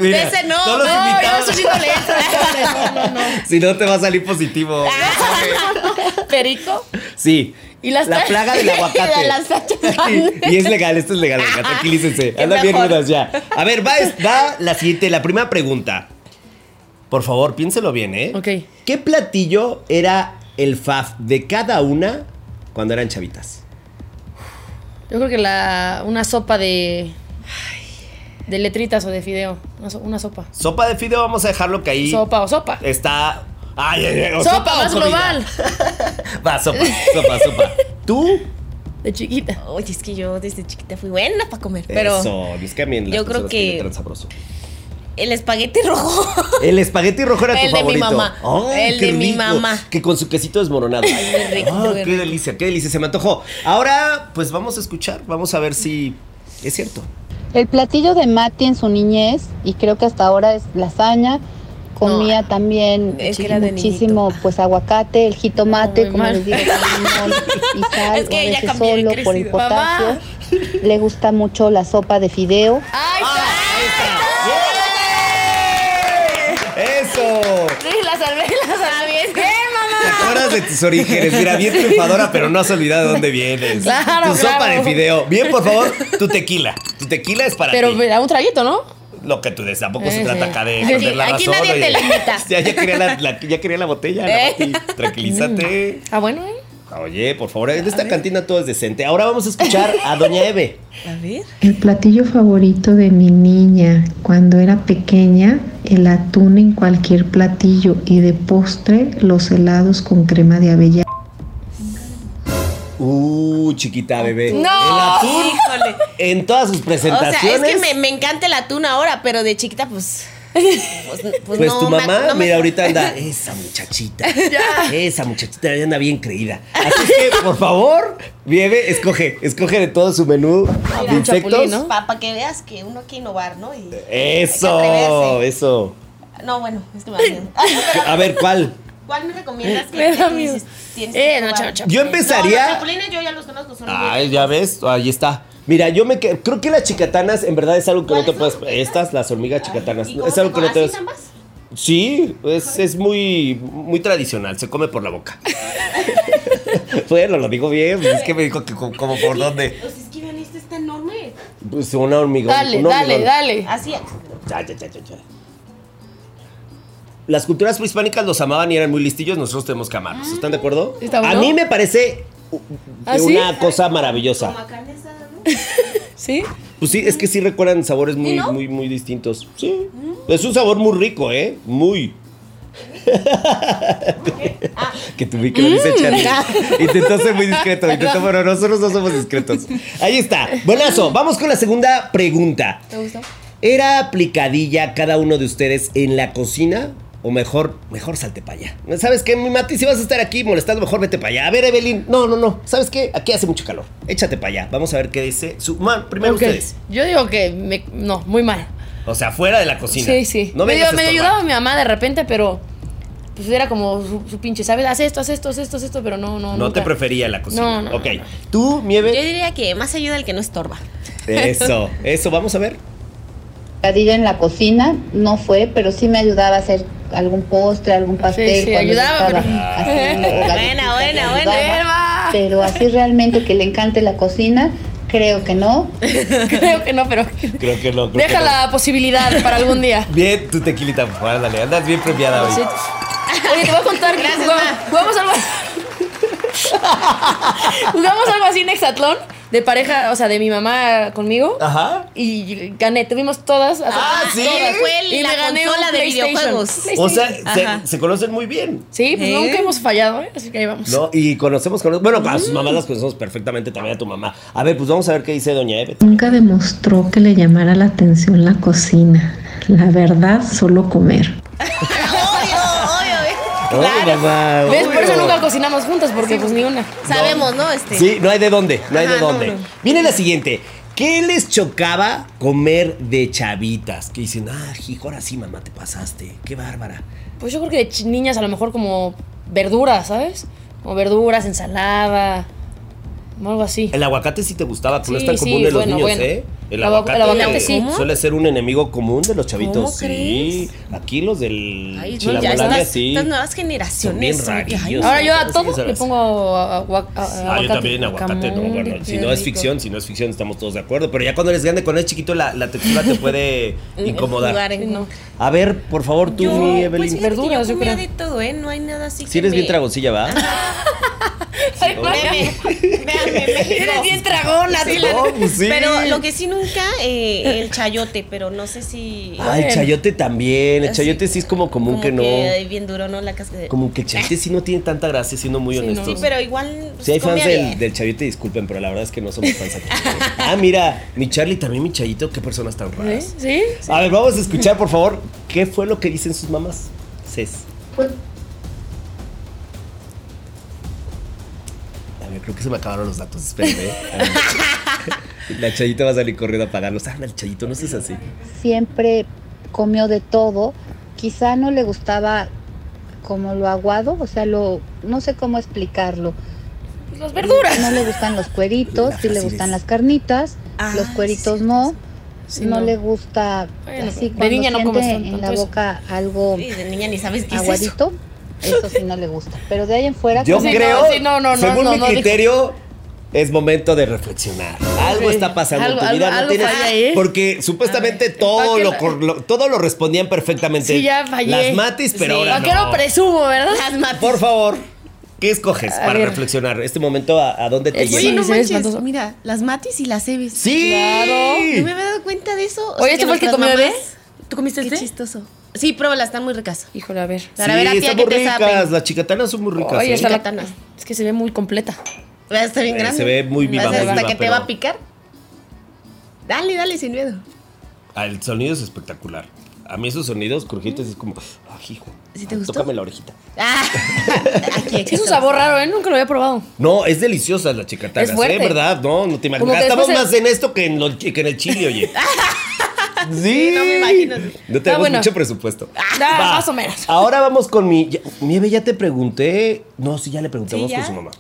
[SPEAKER 3] Mira,
[SPEAKER 5] Ese no,
[SPEAKER 3] todos los
[SPEAKER 5] no,
[SPEAKER 4] No, yo
[SPEAKER 3] invitados-
[SPEAKER 4] estoy haciéndole esto. No, no, no.
[SPEAKER 3] Si no, te va a salir positivo.
[SPEAKER 4] Ah. Perico.
[SPEAKER 3] Sí.
[SPEAKER 4] ¿Y las
[SPEAKER 3] la
[SPEAKER 4] tra-
[SPEAKER 3] plaga del aguacate.
[SPEAKER 5] De las tachas
[SPEAKER 3] y, y es legal, esto es legal, oiga, tranquilícense.
[SPEAKER 5] Qué
[SPEAKER 3] Andan bien
[SPEAKER 5] mejor.
[SPEAKER 3] rudas ya. A ver, va, va la siguiente, la primera pregunta. Por favor, piénselo bien, ¿eh?
[SPEAKER 4] Ok.
[SPEAKER 3] ¿Qué platillo era el faf de cada una cuando eran chavitas?
[SPEAKER 4] Yo creo que la, una sopa de. De letritas o de fideo. Una, so- una sopa.
[SPEAKER 3] Sopa de fideo, vamos a dejarlo que ahí
[SPEAKER 4] Sopa o sopa.
[SPEAKER 3] está. Ay, ay, ay, o
[SPEAKER 4] sopa,
[SPEAKER 3] Eh, o
[SPEAKER 4] más
[SPEAKER 3] comida.
[SPEAKER 4] global.
[SPEAKER 3] Va, sopa, sopa, sopa. ¿Tú?
[SPEAKER 4] De chiquita.
[SPEAKER 5] Oye, es que yo desde chiquita fui buena para comer, pero
[SPEAKER 3] Eso, es que a mí las
[SPEAKER 5] yo creo
[SPEAKER 3] personas
[SPEAKER 5] que-
[SPEAKER 3] le entran sabroso.
[SPEAKER 5] el espagueti rojo.
[SPEAKER 3] El espagueti rojo era tu
[SPEAKER 5] El de mi
[SPEAKER 3] favorito.
[SPEAKER 5] mamá.
[SPEAKER 3] Ay,
[SPEAKER 5] El
[SPEAKER 3] qué
[SPEAKER 5] de mi
[SPEAKER 3] rico.
[SPEAKER 5] mamá.
[SPEAKER 3] Que con su quesito desmoronado.
[SPEAKER 5] Qué rico,
[SPEAKER 3] Ah,
[SPEAKER 5] qué
[SPEAKER 3] qué
[SPEAKER 5] rico.
[SPEAKER 3] delicia, qué delicia. Se me antojó. Ahora, pues vamos a escuchar. Vamos a ver si es cierto.
[SPEAKER 6] El platillo de Mati en su niñez, y creo que hasta ahora es lasaña, comía también
[SPEAKER 5] es que era de
[SPEAKER 6] muchísimo
[SPEAKER 5] niñito.
[SPEAKER 6] pues aguacate, el jitomate,
[SPEAKER 4] No, muy
[SPEAKER 6] como
[SPEAKER 4] mal.
[SPEAKER 6] les digo, con limón y sal,
[SPEAKER 5] Es que
[SPEAKER 6] o a
[SPEAKER 5] ya
[SPEAKER 6] veces
[SPEAKER 5] cambié de
[SPEAKER 6] solo por el
[SPEAKER 5] crecido.
[SPEAKER 6] potasio.
[SPEAKER 4] Mamá.
[SPEAKER 6] Le gusta mucho la sopa de fideo.
[SPEAKER 4] ¡Ay,
[SPEAKER 3] Ah, ¡Eso!
[SPEAKER 4] sí, la salvé, la salvé. ¡Qué
[SPEAKER 3] Te
[SPEAKER 4] mamá!
[SPEAKER 3] acuerdas de tus orígenes. Mira, bien triunfadora, pero no has olvidado de dónde vienes.
[SPEAKER 4] Claro,
[SPEAKER 3] Tu sopa
[SPEAKER 4] claro.
[SPEAKER 3] de fideo. Bien, por favor, tu tequila. Tu tequila es para
[SPEAKER 4] Pero
[SPEAKER 3] ti.
[SPEAKER 4] a un traguito, ¿no?
[SPEAKER 3] Lo que tú des, tampoco se
[SPEAKER 4] Eh,
[SPEAKER 3] trata
[SPEAKER 4] sí.
[SPEAKER 3] acá de
[SPEAKER 4] Sí,
[SPEAKER 3] perder la
[SPEAKER 5] aquí
[SPEAKER 3] razón,
[SPEAKER 5] nadie
[SPEAKER 3] oye.
[SPEAKER 5] te limita.
[SPEAKER 3] Ya, ya quería la, la- ya quería la botella, la
[SPEAKER 5] Eh. Mm.
[SPEAKER 3] Mati. Tranquilízate.
[SPEAKER 4] Ah, bueno, ¿eh?
[SPEAKER 3] Oye, por favor, en esta cantina todo es decente. Ahora vamos a escuchar a Doña Eve.
[SPEAKER 5] A ver.
[SPEAKER 7] El platillo favorito de mi niña cuando era pequeña, el atún en cualquier platillo y de postre los helados con crema de avellana.
[SPEAKER 3] Uh, chiquita bebé.
[SPEAKER 4] ¡No!
[SPEAKER 3] El atún
[SPEAKER 5] Híjole.
[SPEAKER 3] en todas sus
[SPEAKER 5] O
[SPEAKER 3] presentaciones.
[SPEAKER 5] sea, es que me, me encanta el atún ahora, pero de chiquita, pues. Pues, pues
[SPEAKER 3] Pues,
[SPEAKER 5] no
[SPEAKER 3] tu
[SPEAKER 5] me
[SPEAKER 3] mamá,
[SPEAKER 5] ac- no me-
[SPEAKER 3] mira, ahorita anda. Esa muchachita. Esa muchachita ya anda bien creída. Así es que, por favor, bebé, escoge. Escoge de todo su menú
[SPEAKER 4] Mira,
[SPEAKER 3] de
[SPEAKER 4] un chapulín,
[SPEAKER 3] insectos.
[SPEAKER 4] ¿no?
[SPEAKER 5] Pa- pa' que veas que uno hay que innovar, ¿no? Y- hay que
[SPEAKER 3] Eso,
[SPEAKER 5] atreverse.
[SPEAKER 3] eso.
[SPEAKER 5] No, bueno, es que me da miedo. Pero,
[SPEAKER 3] A ver, ¿cuál?
[SPEAKER 5] ¿Cuál me recomiendas? que-
[SPEAKER 4] Me
[SPEAKER 5] que
[SPEAKER 4] da
[SPEAKER 5] tú
[SPEAKER 4] miedo.
[SPEAKER 5] dices, tienes que
[SPEAKER 4] Eh, no,
[SPEAKER 5] probar?
[SPEAKER 4] chao, chao.
[SPEAKER 3] Yo
[SPEAKER 5] No,
[SPEAKER 3] empezaría.
[SPEAKER 5] los chapulines yo ya los conozco, son muy
[SPEAKER 3] Ay, ya ves, ahí está. Mira, yo me que- creo que las chicatanas en verdad es algo que no te
[SPEAKER 5] ¿Cuáles
[SPEAKER 3] puedes.
[SPEAKER 5] son?
[SPEAKER 3] Estas, las hormigas chicatanas,
[SPEAKER 5] ¿Y cómo
[SPEAKER 3] es
[SPEAKER 5] se
[SPEAKER 3] algo que
[SPEAKER 5] come?
[SPEAKER 3] no te.
[SPEAKER 5] ¿Así nada más?
[SPEAKER 3] Sí, es, es muy, muy tradicional, se come por la boca. bueno, lo digo bien, pues es que me dijo que co- como por dónde.
[SPEAKER 5] Pues es que vean, este está enorme.
[SPEAKER 3] Pues una hormiga.
[SPEAKER 4] Dale,
[SPEAKER 3] un Ah,
[SPEAKER 4] dale,
[SPEAKER 3] hormigón.
[SPEAKER 4] dale.
[SPEAKER 5] Así es.
[SPEAKER 3] Ya, ya, ya, ya, ya. Las culturas prehispánicas los amaban y eran muy listillos, nosotros tenemos que amarlos. ¿Están de acuerdo?
[SPEAKER 4] ¿Está
[SPEAKER 3] A
[SPEAKER 4] bueno?
[SPEAKER 3] mí me parece u-
[SPEAKER 4] ¿Ah, sí?
[SPEAKER 3] una cosa maravillosa.
[SPEAKER 5] Como carne asada, ¿no?
[SPEAKER 4] ¿Sí?
[SPEAKER 3] Pues sí, es que sí recuerdan sabores muy,
[SPEAKER 5] ¿Sí, no? Mm.
[SPEAKER 3] muy, muy distintos. Sí. Es un sabor muy rico, ¿eh? Muy.
[SPEAKER 5] Ah.
[SPEAKER 3] que tu micro dice
[SPEAKER 5] Mm.
[SPEAKER 3] Charlie. Intentó ser muy discreto. Intentó, bueno, nosotros no somos discretos. Ahí está. Buenazo. Vamos con la segunda pregunta.
[SPEAKER 5] ¿Te gustó?
[SPEAKER 3] ¿Era aplicadilla cada uno de ustedes en la cocina? O mejor, mejor salte para allá. ¿Sabes qué, mi Mati? Si vas a estar aquí molestando, mejor vete para allá. A ver, Evelyn. No, no, no. ¿Sabes qué? Aquí hace mucho calor. Échate para allá. Vamos a ver qué dice. Su... Man, primero
[SPEAKER 4] Ok.
[SPEAKER 3] ustedes.
[SPEAKER 4] Yo digo que me- no, muy mal.
[SPEAKER 3] O sea, fuera de la cocina.
[SPEAKER 4] Sí, sí.
[SPEAKER 3] No
[SPEAKER 4] me,
[SPEAKER 3] vengas a
[SPEAKER 4] me
[SPEAKER 3] estorbar.
[SPEAKER 4] ayudaba mi mamá de repente, pero pues era como su, su pinche, ¿sabes? Haz esto, haz esto, haz esto, haz esto, pero no, no.
[SPEAKER 3] No te
[SPEAKER 4] nunca.
[SPEAKER 3] prefería la cocina.
[SPEAKER 4] No, no, no,
[SPEAKER 3] Ok.
[SPEAKER 4] no.
[SPEAKER 3] Tú,
[SPEAKER 5] Yo
[SPEAKER 3] Nieve.
[SPEAKER 5] diría que más ayuda el que no estorba.
[SPEAKER 3] Eso, eso. Vamos a ver.
[SPEAKER 6] Picadillo en la cocina, no fue, pero sí me ayudaba a hacer algún postre, algún pastel.
[SPEAKER 4] sí,
[SPEAKER 6] cuando yo
[SPEAKER 4] ayudaba,
[SPEAKER 6] estaba
[SPEAKER 4] pero-
[SPEAKER 6] haciendo
[SPEAKER 5] Buena,
[SPEAKER 6] galletitas,
[SPEAKER 5] buena, buena,
[SPEAKER 6] ayudaba.
[SPEAKER 4] Elba.
[SPEAKER 6] Pero así realmente que le encante la cocina, creo que no.
[SPEAKER 4] Creo que no, pero.
[SPEAKER 3] Creo que no. creo que
[SPEAKER 4] Deja la posibilidad para algún día.
[SPEAKER 3] no. Bien, tu tequilita. Ándale, andas bien premiada hoy.
[SPEAKER 4] Sí. Oye, te voy a contar.
[SPEAKER 5] Gracias,
[SPEAKER 4] jugamos,
[SPEAKER 5] Ma.
[SPEAKER 4] jugamos algo. jugamos algo así en Hexatlón. De pareja, o sea, de mi mamá conmigo.
[SPEAKER 3] Ajá.
[SPEAKER 4] Y gané. Tuvimos todas.
[SPEAKER 3] Ah,
[SPEAKER 4] todas,
[SPEAKER 3] sí.
[SPEAKER 4] todas.
[SPEAKER 5] Fue la consola de
[SPEAKER 4] PlayStation.
[SPEAKER 5] videojuegos.
[SPEAKER 3] O
[SPEAKER 4] PlayStation.
[SPEAKER 3] sea,
[SPEAKER 5] Ajá.
[SPEAKER 3] se, se conocen muy bien.
[SPEAKER 4] Sí, pues
[SPEAKER 5] ¿Eh?
[SPEAKER 4] nunca hemos fallado, ¿eh? Así que ahí vamos.
[SPEAKER 3] ¿No? Y conocemos, cono- bueno,
[SPEAKER 4] Mm.
[SPEAKER 3] a sus mamás las conocemos perfectamente también a tu mamá. A ver, pues vamos a ver qué dice doña Eve.
[SPEAKER 7] Nunca demostró que le llamara la atención la cocina. La verdad, solo comer.
[SPEAKER 5] Obvio, obvio.
[SPEAKER 3] Ay, mamá,
[SPEAKER 4] ¿Ves? Por eso
[SPEAKER 3] obvio.
[SPEAKER 4] nunca cocinamos juntas, porque pues ni una.
[SPEAKER 5] Sabemos, ¿no? Este.
[SPEAKER 3] Sí, no hay de dónde, no hay de
[SPEAKER 5] Ajá, no,
[SPEAKER 3] dónde.
[SPEAKER 5] no.
[SPEAKER 3] Viene la siguiente. ¿Qué les chocaba comer de chavitas? Que dicen, ah, hijo, ahora sí, mamá, te pasaste. Qué bárbara.
[SPEAKER 4] Pues yo creo que de ch- niñas a lo mejor como verduras, ¿sabes? Como verduras, ensalada, o algo así.
[SPEAKER 3] El aguacate sí te gustaba, pero no es
[SPEAKER 4] Sí,
[SPEAKER 3] tan
[SPEAKER 4] sí,
[SPEAKER 3] común de los
[SPEAKER 4] bueno,
[SPEAKER 3] niños,
[SPEAKER 4] bueno.
[SPEAKER 3] ¿eh? El
[SPEAKER 4] El avo-
[SPEAKER 3] aguacate,
[SPEAKER 4] el aguacate sí.
[SPEAKER 3] suele ser un enemigo común de los chavitos.
[SPEAKER 5] ¿Cómo
[SPEAKER 3] sí, aquí los del
[SPEAKER 5] Ay, no, ya
[SPEAKER 3] chilamolandia
[SPEAKER 5] estas,
[SPEAKER 3] sí.
[SPEAKER 5] estas nuevas
[SPEAKER 3] Son bien
[SPEAKER 5] generaciones. son-
[SPEAKER 3] rarillos.
[SPEAKER 5] Ay,
[SPEAKER 4] Ahora yo a
[SPEAKER 3] Sí,
[SPEAKER 4] todo
[SPEAKER 3] sabes.
[SPEAKER 4] le pongo a- a- agua- a-
[SPEAKER 3] Ah,
[SPEAKER 4] aguacate.
[SPEAKER 3] yo también, aguacate, no,
[SPEAKER 4] Guacamole,
[SPEAKER 3] bueno, si
[SPEAKER 4] qué
[SPEAKER 3] no es
[SPEAKER 4] rico.
[SPEAKER 3] ficción, si no es ficción, estamos todos de acuerdo. Pero ya cuando eres grande, cuando eres chiquito, la, la textura te puede
[SPEAKER 5] jugar
[SPEAKER 3] incomodar.
[SPEAKER 5] en- no.
[SPEAKER 3] A ver, por favor, tú,
[SPEAKER 5] Yo,
[SPEAKER 3] mi
[SPEAKER 5] pues
[SPEAKER 3] Evelyn.
[SPEAKER 5] fíjate que
[SPEAKER 4] Verduras, yo
[SPEAKER 5] yo comía
[SPEAKER 4] creo.
[SPEAKER 5] de todo, ¿eh? No hay nada así
[SPEAKER 3] si eres bien
[SPEAKER 5] tragón.
[SPEAKER 3] tragoncilla, ¿va?
[SPEAKER 5] Ah,
[SPEAKER 4] Ay, vaya. Eres bien dragona,
[SPEAKER 5] Sí,
[SPEAKER 4] sí.
[SPEAKER 5] la-
[SPEAKER 3] No, pues sí.
[SPEAKER 5] Pero lo que sí nunca, eh, el chayote, pero no sé si.
[SPEAKER 3] Ah, el chayote también. El chayote sí es como común
[SPEAKER 5] como
[SPEAKER 3] que no.
[SPEAKER 5] Que bien duro, ¿no? La cascada.
[SPEAKER 3] Como que el chayote sí no tiene tanta gracia, siendo muy honestos.
[SPEAKER 5] Sí, pero igual. pues,
[SPEAKER 3] Si hay fans
[SPEAKER 5] comía
[SPEAKER 3] del,
[SPEAKER 5] bien.
[SPEAKER 3] del Chayote, disculpen, pero la verdad es que no somos fans aquí. ah, mira, mi Charlie también, mi Chayito, qué personas tan
[SPEAKER 4] ¿Eh?
[SPEAKER 3] raras.
[SPEAKER 4] ¿Sí?
[SPEAKER 3] A ver, vamos a escuchar, por favor, qué fue lo que dicen sus mamás. Cés. A ver, creo que se me acabaron los datos, espérenme. ¿eh? A ver. La Chayito va a salir corriendo a pagarlos. Ah, el Chayito, no seas así.
[SPEAKER 6] siempre comió de todo. Quizá no le gustaba como lo aguado, o sea, lo no sé cómo explicarlo.
[SPEAKER 4] Las verduras.
[SPEAKER 6] No le gustan los cueritos,
[SPEAKER 3] La
[SPEAKER 6] sí le
[SPEAKER 3] fácil
[SPEAKER 6] gustan
[SPEAKER 3] es.
[SPEAKER 6] las carnitas,
[SPEAKER 5] Ah,
[SPEAKER 6] los cueritos
[SPEAKER 5] sí,
[SPEAKER 6] no.
[SPEAKER 4] Sí,
[SPEAKER 6] no,
[SPEAKER 4] no.
[SPEAKER 6] le gusta
[SPEAKER 4] Bueno,
[SPEAKER 6] así
[SPEAKER 4] de
[SPEAKER 6] cuando
[SPEAKER 4] niña no comes tan-
[SPEAKER 6] siente en
[SPEAKER 4] tanto
[SPEAKER 6] la
[SPEAKER 4] eso.
[SPEAKER 6] boca algo
[SPEAKER 5] Sí, de niña ni sabes qué es eso.
[SPEAKER 6] aguadito. Eso sí no le gusta, pero de ahí en fuera
[SPEAKER 3] Yo
[SPEAKER 6] come-
[SPEAKER 4] Sí,
[SPEAKER 3] creo,
[SPEAKER 4] no, sí, no, no, no,
[SPEAKER 3] según
[SPEAKER 4] no,
[SPEAKER 3] mi
[SPEAKER 4] no, dijo-
[SPEAKER 3] criterio, es momento de reflexionar. Algo
[SPEAKER 4] Ok.
[SPEAKER 3] está pasando
[SPEAKER 4] Algo-
[SPEAKER 3] en tu vida,
[SPEAKER 4] algo-
[SPEAKER 3] no
[SPEAKER 4] algo
[SPEAKER 3] tienes-
[SPEAKER 4] falla ahí.
[SPEAKER 3] porque supuestamente todo lo,
[SPEAKER 4] empáquela.
[SPEAKER 3] cor- lo- todo lo respondían perfectamente.
[SPEAKER 4] Sí, ya fallé.
[SPEAKER 3] Las matis, pero
[SPEAKER 4] Sí.
[SPEAKER 3] ahora
[SPEAKER 4] ¿Para qué lo
[SPEAKER 3] no.
[SPEAKER 4] presumo, verdad?
[SPEAKER 3] Por favor, ¿qué escoges
[SPEAKER 4] A
[SPEAKER 3] para
[SPEAKER 4] ver.
[SPEAKER 3] reflexionar? Este momento, ¿a, a dónde te
[SPEAKER 4] Es-
[SPEAKER 3] lleva?
[SPEAKER 5] Oye, no
[SPEAKER 4] Sí, se ve
[SPEAKER 5] manches.
[SPEAKER 4] espantoso.
[SPEAKER 5] Mira, las matis y las eves.
[SPEAKER 3] ¡Sí!
[SPEAKER 5] No me había dado cuenta de eso.
[SPEAKER 4] Oye, ¿este fue el que comió
[SPEAKER 5] bebés?
[SPEAKER 4] bebé? ¿Tú comiste
[SPEAKER 5] Qué
[SPEAKER 4] este?
[SPEAKER 5] chistoso. Sí, pruébalas, están muy ricas.
[SPEAKER 4] Híjole, a ver.
[SPEAKER 5] Para ver a
[SPEAKER 3] Sí,
[SPEAKER 5] ti a
[SPEAKER 3] están
[SPEAKER 5] que
[SPEAKER 3] muy
[SPEAKER 5] te
[SPEAKER 3] ricas,
[SPEAKER 5] sapen.
[SPEAKER 3] las chicatanas son muy ricas.
[SPEAKER 4] Oye,
[SPEAKER 3] ¿eh?
[SPEAKER 4] hasta la-
[SPEAKER 5] Katana.
[SPEAKER 4] Es que se ve muy completa.
[SPEAKER 5] Está bien
[SPEAKER 3] Eh,
[SPEAKER 5] grande.
[SPEAKER 3] se ve muy viva,
[SPEAKER 5] O sea,
[SPEAKER 3] muy
[SPEAKER 5] Hasta
[SPEAKER 3] viva,
[SPEAKER 5] que te
[SPEAKER 3] pero-
[SPEAKER 5] va a picar. Dale, dale, sin miedo.
[SPEAKER 3] Ah, El sonido es espectacular. A mí esos sonidos crujientes es como, ah, hijo,
[SPEAKER 5] ¿Sí te
[SPEAKER 3] ah,
[SPEAKER 5] gustó?
[SPEAKER 3] tócame la orejita.
[SPEAKER 5] Ah, aquí,
[SPEAKER 4] Sí, es un sabor raro, ¿eh? Nunca lo había probado.
[SPEAKER 3] No, es deliciosa la chicatana,
[SPEAKER 4] Es fuerte.
[SPEAKER 3] ¿eh? ¿Verdad? No, no te
[SPEAKER 4] Como
[SPEAKER 3] imaginas.
[SPEAKER 4] que
[SPEAKER 3] Gastamos
[SPEAKER 4] después
[SPEAKER 3] más en esto que en, lo- que en el chile, oye. sí.
[SPEAKER 5] no me imagino.
[SPEAKER 3] No tenemos
[SPEAKER 4] Ah, bueno.
[SPEAKER 3] mucho presupuesto.
[SPEAKER 4] Ah,
[SPEAKER 3] Va.
[SPEAKER 4] más o menos.
[SPEAKER 3] Ahora vamos con mi... ya- Nieve, ya te pregunté... No, sí, ya le preguntamos
[SPEAKER 5] Sí, ya.
[SPEAKER 3] con su mamá.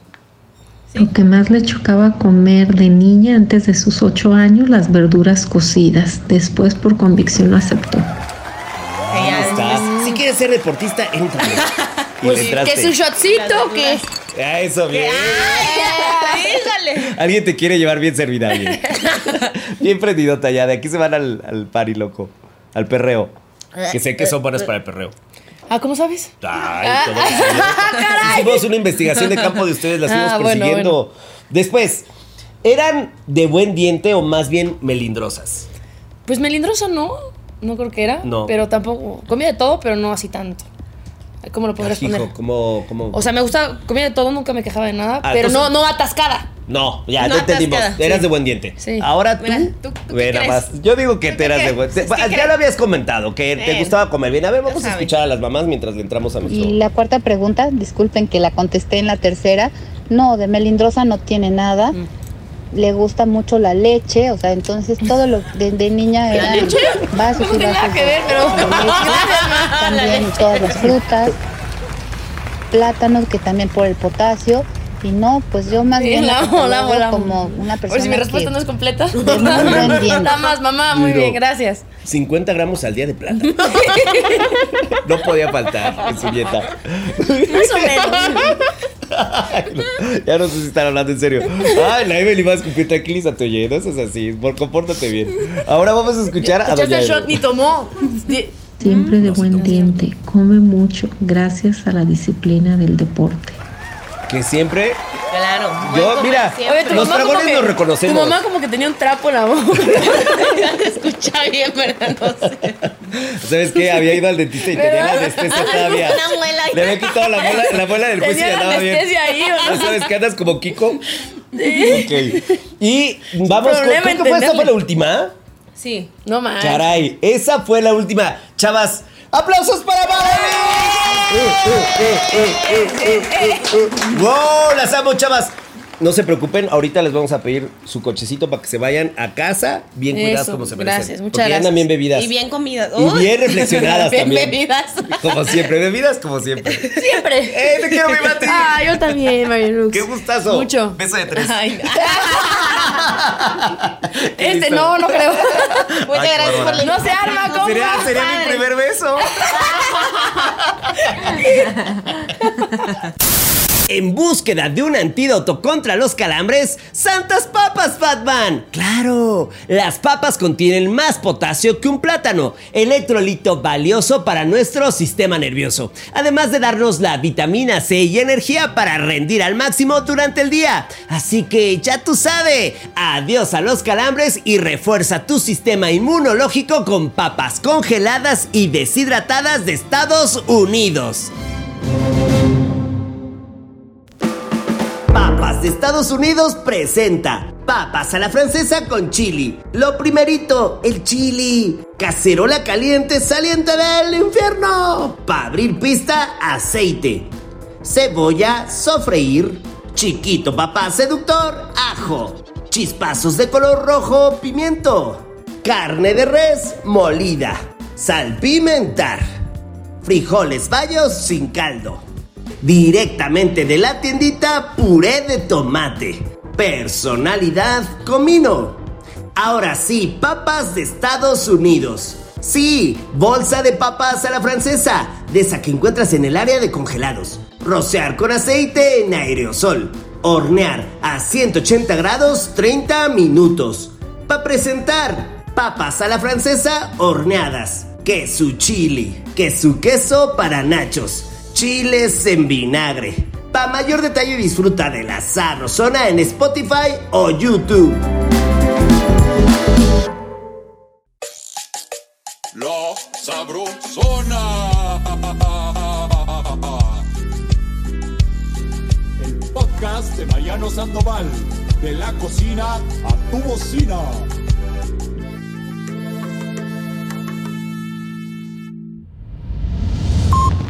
[SPEAKER 7] Lo que más le chocaba comer de niña antes de sus ocho años, las verduras cocidas. Después por convicción lo aceptó.
[SPEAKER 3] Ahí
[SPEAKER 5] ya,
[SPEAKER 3] está. Si quieres ser deportista, entra. y
[SPEAKER 4] Pues,
[SPEAKER 3] le
[SPEAKER 4] ¿qué es
[SPEAKER 3] entraste.
[SPEAKER 4] un shotcito o qué? Ah,
[SPEAKER 3] Ah, Eso, bien.
[SPEAKER 5] Híjole.
[SPEAKER 3] Alguien te quiere llevar bien servida, bien. bien prendidota ya. De aquí se van al, al party, loco. Al perreo. Que sé que son buenas para el perreo.
[SPEAKER 4] Ah, ¿cómo sabes? Ah.
[SPEAKER 3] Ay, todo lo sabía. Hicimos una investigación de campo de ustedes, la estuvimos
[SPEAKER 4] Ah, bueno,
[SPEAKER 3] persiguiendo. Después, ¿eran de buen diente o más bien melindrosas?
[SPEAKER 4] Pues melindrosa no, no creo que era.
[SPEAKER 3] No.
[SPEAKER 4] Pero tampoco. Comía de todo, pero no así tanto. Ay, ¿Cómo lo podrías
[SPEAKER 3] Hijo,
[SPEAKER 4] poner?
[SPEAKER 3] como, como.
[SPEAKER 4] O sea, me gusta, comía de todo, nunca me quejaba de nada,
[SPEAKER 3] Ah,
[SPEAKER 4] pero no,
[SPEAKER 3] entonces-
[SPEAKER 4] no atascada.
[SPEAKER 3] no, ya,
[SPEAKER 5] No
[SPEAKER 3] no entendimos.
[SPEAKER 5] atascada,
[SPEAKER 3] Eras
[SPEAKER 5] sí.
[SPEAKER 3] de buen diente.
[SPEAKER 4] Sí.
[SPEAKER 3] Ahora tú.
[SPEAKER 5] Mira, ¿tú- tú qué
[SPEAKER 3] Ve nada
[SPEAKER 5] crees?
[SPEAKER 3] más. Yo digo que te
[SPEAKER 5] ¿Tú qué
[SPEAKER 3] eras de
[SPEAKER 5] crees?
[SPEAKER 3] buen
[SPEAKER 5] ¿Tú qué
[SPEAKER 3] Ya
[SPEAKER 5] crees?
[SPEAKER 3] lo habías comentado, que te
[SPEAKER 5] Ven.
[SPEAKER 3] gustaba comer bien. A ver, vamos a
[SPEAKER 5] saben.
[SPEAKER 3] escuchar a las mamás mientras le entramos a nuestro.
[SPEAKER 6] Y la cuarta pregunta, disculpen que la contesté en la tercera, no, de melindrosa no tiene nada.
[SPEAKER 4] Mm.
[SPEAKER 6] Le gusta mucho la leche, o sea, entonces todo lo de, de niña era vasos
[SPEAKER 4] No
[SPEAKER 6] y
[SPEAKER 4] tiene nada
[SPEAKER 6] vasos
[SPEAKER 4] que ver,
[SPEAKER 6] de-
[SPEAKER 4] pero-
[SPEAKER 6] de leche. también todas las frutas, plátanos que también por el potasio y no, pues yo más
[SPEAKER 4] Sí,
[SPEAKER 6] bien
[SPEAKER 4] la
[SPEAKER 6] lo
[SPEAKER 4] amo, la amo,
[SPEAKER 6] catalogo
[SPEAKER 4] la amo.
[SPEAKER 6] como una
[SPEAKER 4] Por
[SPEAKER 6] persona
[SPEAKER 4] si mi respuesta
[SPEAKER 6] que-
[SPEAKER 4] no es completa.
[SPEAKER 6] muy buen diente.
[SPEAKER 4] Nada más, mamá, muy
[SPEAKER 3] Duro.
[SPEAKER 4] bien, gracias.
[SPEAKER 3] 50 gramos al día de plata. no podía faltar en su dieta.
[SPEAKER 4] Más o menos.
[SPEAKER 3] Ay, no. ya no sé si están hablando en serio. Ay, la Evelyn va a escupir, tranquilízate, oye, no seas así, por compórtate bien. Ahora vamos a escuchar a
[SPEAKER 4] Echaste
[SPEAKER 3] doña
[SPEAKER 4] el
[SPEAKER 3] Evelyn.
[SPEAKER 4] shot, ni tomó. Di-
[SPEAKER 7] Siempre de buen diente. Come mucho gracias a la disciplina del deporte.
[SPEAKER 3] Que siempre.
[SPEAKER 5] Claro.
[SPEAKER 3] Yo,
[SPEAKER 5] Buen
[SPEAKER 3] mira,
[SPEAKER 5] comerciante.
[SPEAKER 4] Oye, tu
[SPEAKER 3] Los
[SPEAKER 4] mamá como
[SPEAKER 3] dragones
[SPEAKER 4] que-
[SPEAKER 3] nos reconocemos.
[SPEAKER 4] Tu mamá como que tenía un trapo en la boca.
[SPEAKER 5] escucha bien, ¿verdad? No sé.
[SPEAKER 3] ¿Sabes qué? Había ido al dentista y tenía la anestesia todavía.
[SPEAKER 5] Una muela ahí.
[SPEAKER 3] Le había quitado la muela, la muela del juicio y
[SPEAKER 4] tenía la
[SPEAKER 3] andaba bien.
[SPEAKER 4] anestesia ahí. ¿o
[SPEAKER 3] ¿No
[SPEAKER 4] no?
[SPEAKER 3] sabes que andas como Kiko? Ok. Y vamos con.
[SPEAKER 4] problema Ah.
[SPEAKER 3] Creo que fue, esta
[SPEAKER 4] entenderle.
[SPEAKER 3] fue la última.
[SPEAKER 4] Sí, no más.
[SPEAKER 3] Caray, esa fue la última. Chavas, aplausos para
[SPEAKER 4] Eh,
[SPEAKER 3] Valerie. ¡Wow! Las amo, chavas. No se preocupen, ahorita les vamos a pedir su cochecito para que se vayan a casa bien cuidadas
[SPEAKER 4] Eso,
[SPEAKER 3] como se merecen.
[SPEAKER 4] gracias, muchas
[SPEAKER 3] porque ya andan
[SPEAKER 4] gracias.
[SPEAKER 3] bien bebidas.
[SPEAKER 5] Y bien comida.
[SPEAKER 3] Y
[SPEAKER 5] Uy.
[SPEAKER 3] bien reflexionadas
[SPEAKER 5] bien
[SPEAKER 3] también.
[SPEAKER 5] bebidas.
[SPEAKER 3] Como siempre, bebidas como siempre.
[SPEAKER 4] Siempre.
[SPEAKER 3] ¡Eh, te quiero, mi Mati!
[SPEAKER 4] Ah, yo también, Marilux.
[SPEAKER 3] ¡Qué gustazo!
[SPEAKER 4] Mucho.
[SPEAKER 3] Beso de tres.
[SPEAKER 4] Ay,
[SPEAKER 3] Qué
[SPEAKER 4] este
[SPEAKER 3] listo.
[SPEAKER 4] no, no creo.
[SPEAKER 5] Muchas
[SPEAKER 3] Ay, qué
[SPEAKER 5] gracias por
[SPEAKER 3] bárbara.
[SPEAKER 5] la
[SPEAKER 4] No se arma, compa.
[SPEAKER 3] Sería, sería mi primer beso. En búsqueda de un antídoto contra los calambres, ¡Santas papas, Fatman! ¡Claro! Las papas contienen más potasio que un plátano, electrolito valioso para nuestro sistema nervioso, además de darnos la vitamina C y energía para rendir al máximo durante el día. Así que ya tú sabes, adiós a los calambres y refuerza tu sistema inmunológico con papas congeladas y deshidratadas de Estados Unidos. Papas de Estados Unidos presenta Papas a la francesa con chili. Lo primerito, el chili. Cacerola caliente saliente del infierno. Para abrir pista, aceite. Cebolla, sofreír. Chiquito papá seductor, ajo. Chispazos de color rojo, pimiento. Carne de res molida. Salpimentar frijoles bayos sin caldo. Directamente de la tiendita, puré de tomate. Personalidad comino. Ahora sí, papas de Estados Unidos. Sí, bolsa de papas a la francesa, de esa que encuentras en el área de congelados. Rocear con aceite en aerosol. Hornear a 180 grados 30 minutos. Para presentar papas a la francesa horneadas, que su chili, que su queso para nachos, chiles en vinagre. Para mayor detalle disfruta de la Sabrosona en Spotify o YouTube.
[SPEAKER 2] La Sabrosona. El podcast de Mariano Sandoval. De la cocina a tu bocina.